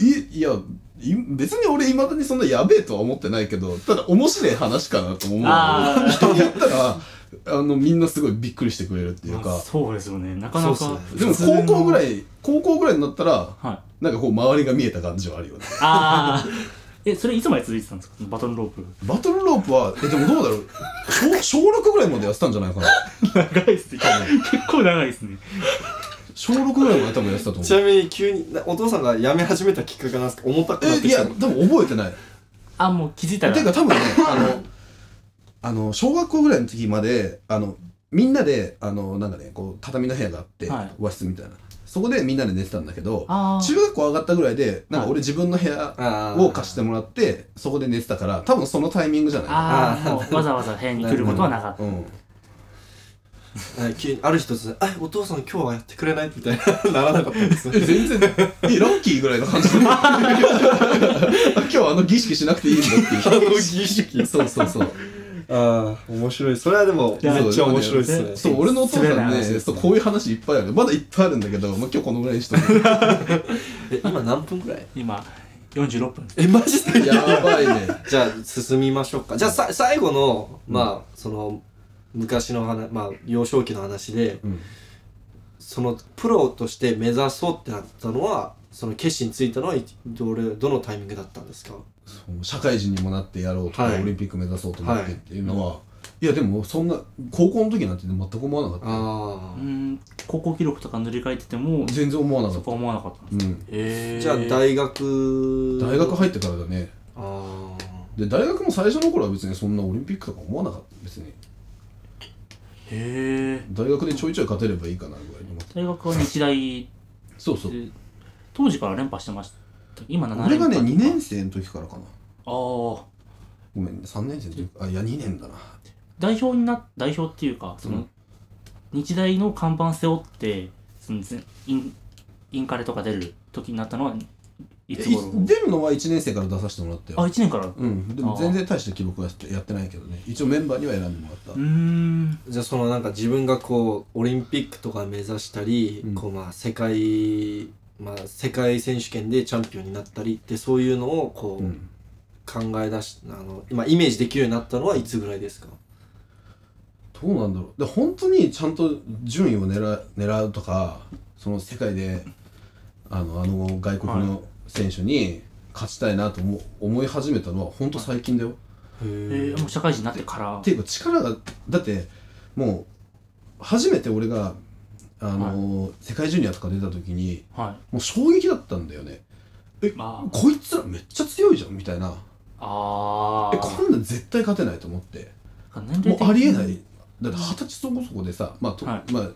C: いいやい別に俺いまだにそんなやべえとは思ってないけどただ面白い話かなとも思う
B: あー
C: 人に言ったらあのみんなすごいびっくりしてくれるっていう
B: まあ
C: か
B: そうですよねなかな
A: そうっ
B: か
A: す
C: でも高校ぐら
B: い
C: い高校ぐらいになったら
B: はい
C: なんかこう周りが見えた感じはあるよね
B: ああ えそれいつまで続いてたんですかバトルロープ
C: バトルロープはえでもどうだろう小小6ぐらいまでやってたんじゃないかな
B: 長いですね 結構長いですね
C: 小6ぐらいまで多分やってたと思
A: ち
C: う
A: なみに急になお父さんが辞め始めたきっかけなんですか重たくなって
C: えい
A: きた
C: や
A: の
C: 多分覚えてない
B: あもう気づいたら
C: ていうか多分ねあのあの小学校ぐらいの時まであのみんなであのなんかねこう畳の部屋があって、
B: はい
C: 和室みたいなそこでみんなで寝てたんだけど
B: ああ
C: 中学校上がったぐらいでなん
B: は
C: か
B: い
C: 俺自分の部屋
A: あー
C: を貸してもらってそこで寝てたから多分そのタイミングじゃない
B: あ
A: あ
B: あ
A: ー
B: もうわざわざ部屋に来ることはなかった
C: うん、
A: はい急にある日突然「あお父さん今日はやってくれない?」みたいなならなかったん です
C: え全然えラッキーぐらいの感じで 今日はあの儀式しなくていいんだ
A: あ
C: っ
A: の儀式
C: ていうそうそうそう
A: ああ面白いそれはでも
B: いや
A: めっちゃ面白いですね
C: そう、俺のお 父
B: 滑ら
C: さん
B: ない
C: ね、
B: 話ですね
C: そうこういう話いっぱいある。まだいっぱいあるんだけど、まあ、今日このぐらいにしとく。
A: え今何分ぐらい
B: 今46分です
A: えマジで
C: やばいね。
A: じゃあ進みましょうかじゃあさ最後のまあその昔の話まあ幼少期の話で
C: うん。
A: そのプロとして目指そうってなったのはその決心ついたのはいどれどのタイミングだったんですか
C: そう社会人にもなってやろうとか、
A: はい
C: オリンピック目指そうと思ってっていうのは、い、やでもそんな高校の時なんて全く思わなかっ
A: あ
B: うーん高校記録とか塗り替えてても
C: た全然思わなか
B: そ
C: っ
B: こ
C: た、
B: は思わなかったんです
C: うん、
B: へ
A: あ
B: え
A: じゃあ大学
C: 大学入ってからだね
A: あ
C: で大学も最初の頃は別にそんなオリンピックとか思わなかった別に
B: へえ
C: 大学でちょいちょい勝てればいいかなぐらいに思って
B: 大学は日大
C: そうそう
B: で当時から連覇してました今7連覇
C: 俺がね2年生の時からか
B: ああ
C: なごめんね3年生の時あいや2年だな
B: 代表にな代表っていうかその、
C: うん
B: 日大の看板背負ってそのぜインインカレとか出る時になったのはいつ頃
C: い出るのは1年生から出させてもらったよ
B: あ一1年からう
C: うんでも全然大した記録はやってやってないけどね一応メンバーには選んでもらっ
B: ーん
A: じゃあそのなんか自分がこうオリンピックとか目指したり、
C: うん
A: こうまあ世界まあ世界選手権でチャンピオンになったりってそういうのをこ
C: た、
A: う、
C: うん
A: 考え出しあの今イメージできるようになったのはいつぐらいですか
C: どうなんだろうで本当にちゃんと順位を狙う狙うとかその世界であのあの外国の選手に勝ちたいなと思思い始めたのは本当最近だよ。
A: へ
B: えー、もう社会人になってから
C: っていうか力がだってもう初めて俺があの、世界ジュニアとか出た時に
B: はい
C: もう衝撃だったんだよね。え
B: まあ
C: こいつらめっちゃ強いじゃんみたいな
B: あ
C: え
B: ー
C: こんなん絶対勝てないと思って。
B: 年齢
C: も
B: 的
C: う
B: に
C: ありえないだって二十歳そこそこでさ、まあと
B: は
C: まあ、例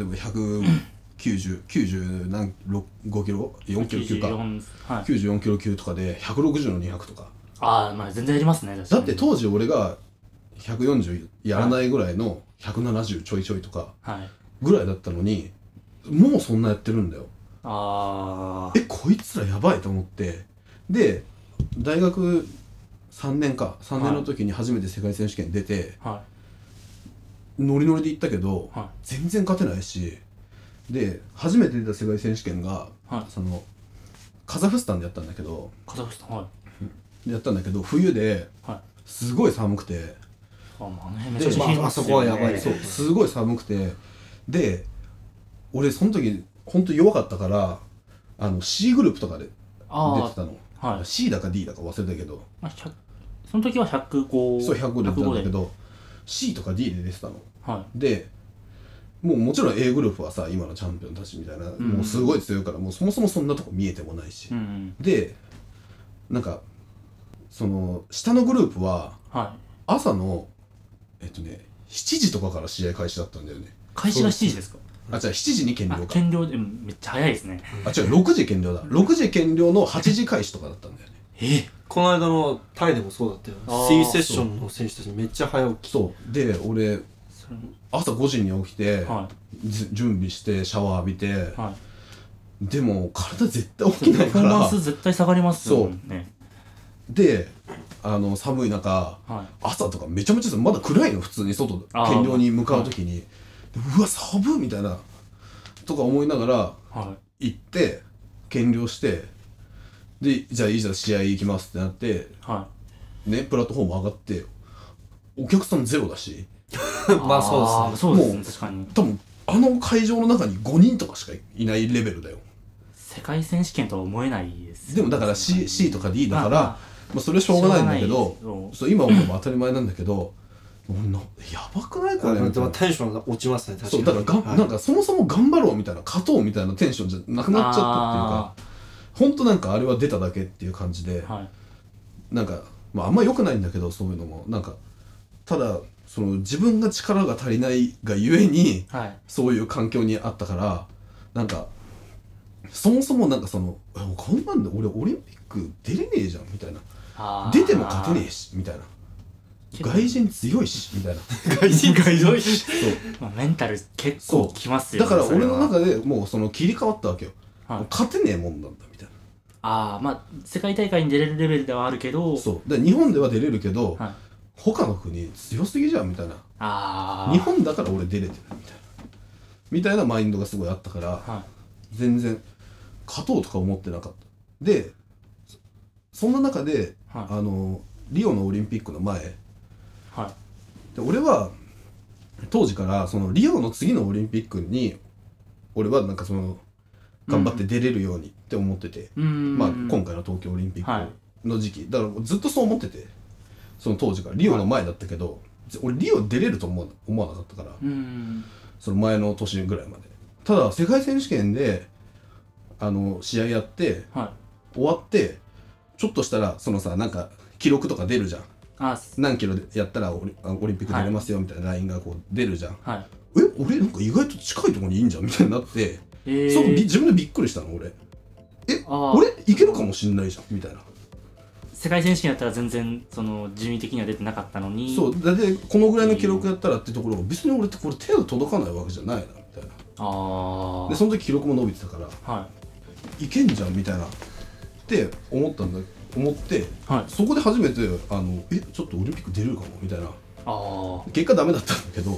C: えば190何ろ5キロ4キロ級か
B: 94はい
C: 94キロ級とかで160の200とか
B: ああまあ全然やりますね確か
C: だ
B: に
C: って当時俺が140やらないぐらいの170ちょいちょいとか
B: はい
C: ぐらいだったのにもうそんなやってるんだよ
B: ああ
C: えこいつらやばいと思ってで大学3年か3年の時に初めて世界選手権出て、
B: は
C: ノリノリで行ったけど、
B: は
C: 全然勝てないしで初めて出た世界選手権が
B: いはい
C: そのカザフスタンでやったんだけど
B: カザフスタンはい
C: やったんだけど冬で
B: はい
C: すごい寒くて
B: あまあねめ
C: で
B: ちゃくちゃ
C: まあ
B: 貧乏っすよね
A: そこはやばいです
C: そうすごい寒くてで俺その時本当弱かったからあの C グループとかで出
B: あ
C: てたの
B: あはい
C: C だか D だか忘れたけど
B: まあ、100その時は105
C: そう105で出たん
B: 105
C: だけ
B: で
C: ど C とか D で出てたの
B: は
C: でもうもちろん A グループはさ今のチャンピオンたちみたいな、
B: ん
C: もうすごい強いからもうそもそもそんなとこ見えてもないし
B: い、うん
C: でなんかその下のグループは
B: は
C: 朝のえっとね7時とかから試合開始だったんだよね
B: い開始が7時ですか
C: あ違う7時に減量
B: あ
C: か
B: 減量でうんめっちゃ早いですね
C: あ違う6時減量だ6時減量の8時開始とかだったんだよね
B: ええ
A: この間のタイでもそうだったよ
B: あー
A: C セッションの選手たちめっちゃ早起き
C: そうで俺
B: それ
C: 朝5時に起きて、
B: は
C: ず準備してシャワー浴びて、
B: いはい
C: でも体絶対起きな
B: パ
C: い
B: フ
C: か
B: ォーマン
C: ら
B: ス絶対下がりますよね
C: であの寒い中
B: はい
C: 朝とかめちゃめちゃまだ暗いの普通に外
B: あー
C: 減量に向かう時に、うわ寒っみたいなとか思いながら
B: は
C: 行って減量してでじゃあいいじゃん試合行きますってなって
B: いは
C: ねプラットフォーム上がってお客さんゼロだし
B: い
A: まあそうですね
B: ーそうです
C: も
B: ね
C: う
B: 確かに
C: 多分あの会場の中に5人とかしかいないレベルだよ
B: 世界選手権とは思えないです
C: でもだから C, C とか D だからまあ、それはしょうがないんだけど
B: しょうがないです
C: そう今思えば当たり前なんだけどなやばくないこれみたいな
A: テンションが落ちますね確か
C: そう
A: に
C: だからがん、
A: はい
C: なんかそもそも頑張ろうみたいな勝とうみたいなテンションじゃなくなっちゃったっていうか本当なんかあれは出ただけっていう感じで、
B: あーはい
C: なんか、まあ、あんま良くないんだけどそういうのもなんかただその自分が力が足りないがゆえに
B: はい
C: そういう環境にあったからなんかそもそもなんかそのえこんなんで俺オリンピック出れねえじゃんみたいな
B: あー
C: 出ても勝てねえしみたいな
B: 結構
C: 外人強いしみたいな
A: 外人がいるし
C: そう
B: まあメンタル結構きますよ
C: だ
B: ね
C: から俺の
B: それ
C: 中でもうその切り替わったわけよ、
B: ははい
C: 勝てねえもんなんだみたい
B: ああまあ世界大会に出れるレベルではあるけど
C: なそうで日本では出れるけど、
B: はい
C: 他の国強すぎじゃんみたいな
B: ああ
C: 日本だから俺出れてるみたいなみたいなマインドがすごいあったから
B: は
C: 全然勝とうとか思ってなかったでそそんな中で、
B: はい
C: あのリオのオリンピックの前で
B: いはい
C: 俺は当時からそのリオの次のオリンピックに俺はなんかその頑張って出れるようにって思ってて、
B: うーん
C: まあ、今回の東京オリンピッ
B: はい
C: クの時期、だからずっとそう思っててその当時からリオの前だったけど、俺リオ出れると思わ思わなかったから
B: うーん
C: その前の年ぐらいまでただ世界選手権であの試合やって
B: はい
C: 終わってちょっとしたらそのさなんか記録とか出るじゃん
B: あす
C: 何キロでやったらオリあオリンピック出れますよみたいなラインがこう出るじゃん、
B: はい
C: え俺なんか意外と近いところにいいんじゃんみたいになって、
B: えー、
C: そのび自分でびっくりしたの俺
B: あー
C: 俺いけるかもしんないじゃんみたいな
B: 世界選手権だったら全然その順位的には出てなかったのに
C: そう大体このぐらいの記録やったらってところが別に俺ってこれ手が届かないわけじゃないなみたいな
B: ああ
C: でその時記録も伸びてたから
B: はい
C: けんじゃんみたいなって思ったんだ思って
B: いはい
C: そこで初めてあのえちょっとオリンピック出れるかもみたいな
B: あ
C: 結果ダメだったんだけど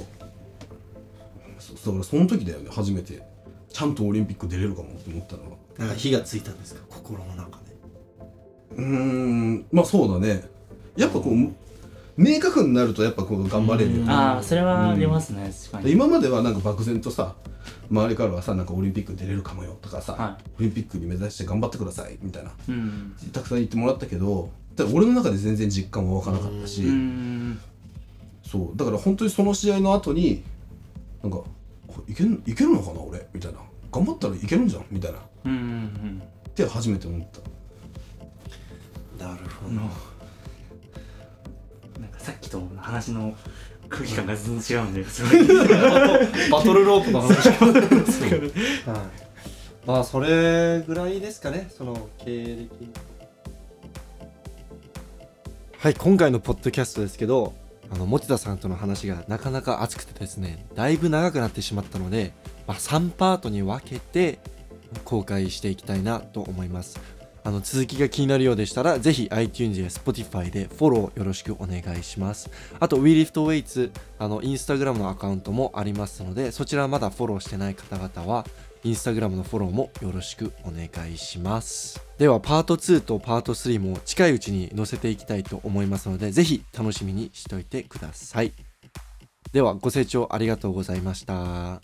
C: そだからその時だよね初めてちゃんとオリンピック出れるかもって思ったのは
A: なんか火がついたんですか心の中で
C: うーんまあそうだねやっぱこう明確になるとやっぱこう頑張れるよ
B: あ
C: ね
B: ああそれはありますね、確か
C: で
B: に
C: 今まではなんか漠然とさ周りからはさなんかオリンピック出れるかもよとかさ、
B: は
C: オリンピックに目指して頑張ってくださいみたいな
B: うん
C: たくさん言ってもらったけどだから俺の中で全然実感は湧かなかったし、
B: うーん
C: そうだから本当にその試合の後になんかこれいけんいけるのかな俺みたいな頑張ったらいけるんじゃんみたいなっ
B: うんうん
C: て初めて思った
A: なるほ
B: うんなんかさっきと話の空気感が全然違 うんですごい
A: ど バトルロープの話はいまあそれぐらいですかねその経歴はい今回のポッドキャストですけどあの持田さんとの話がなかなか熱くてですねだいぶ長くなってしまったので、まあ、3パートに分けて公開していきたいなと思いますあの続きが気になるようでしたらぜひ iTunes や Spotify でフォローよろしくお願いしますあと WeLiftWeights あの Instagram のアカウントもありますのでそちらまだフォローしてない方々は Instagram のフォローもよろしくお願いしますではパート2とパート3も近いうちに載せていきたいと思いますのでぜひ楽しみにしておいてくださいではご清聴ありがとうございました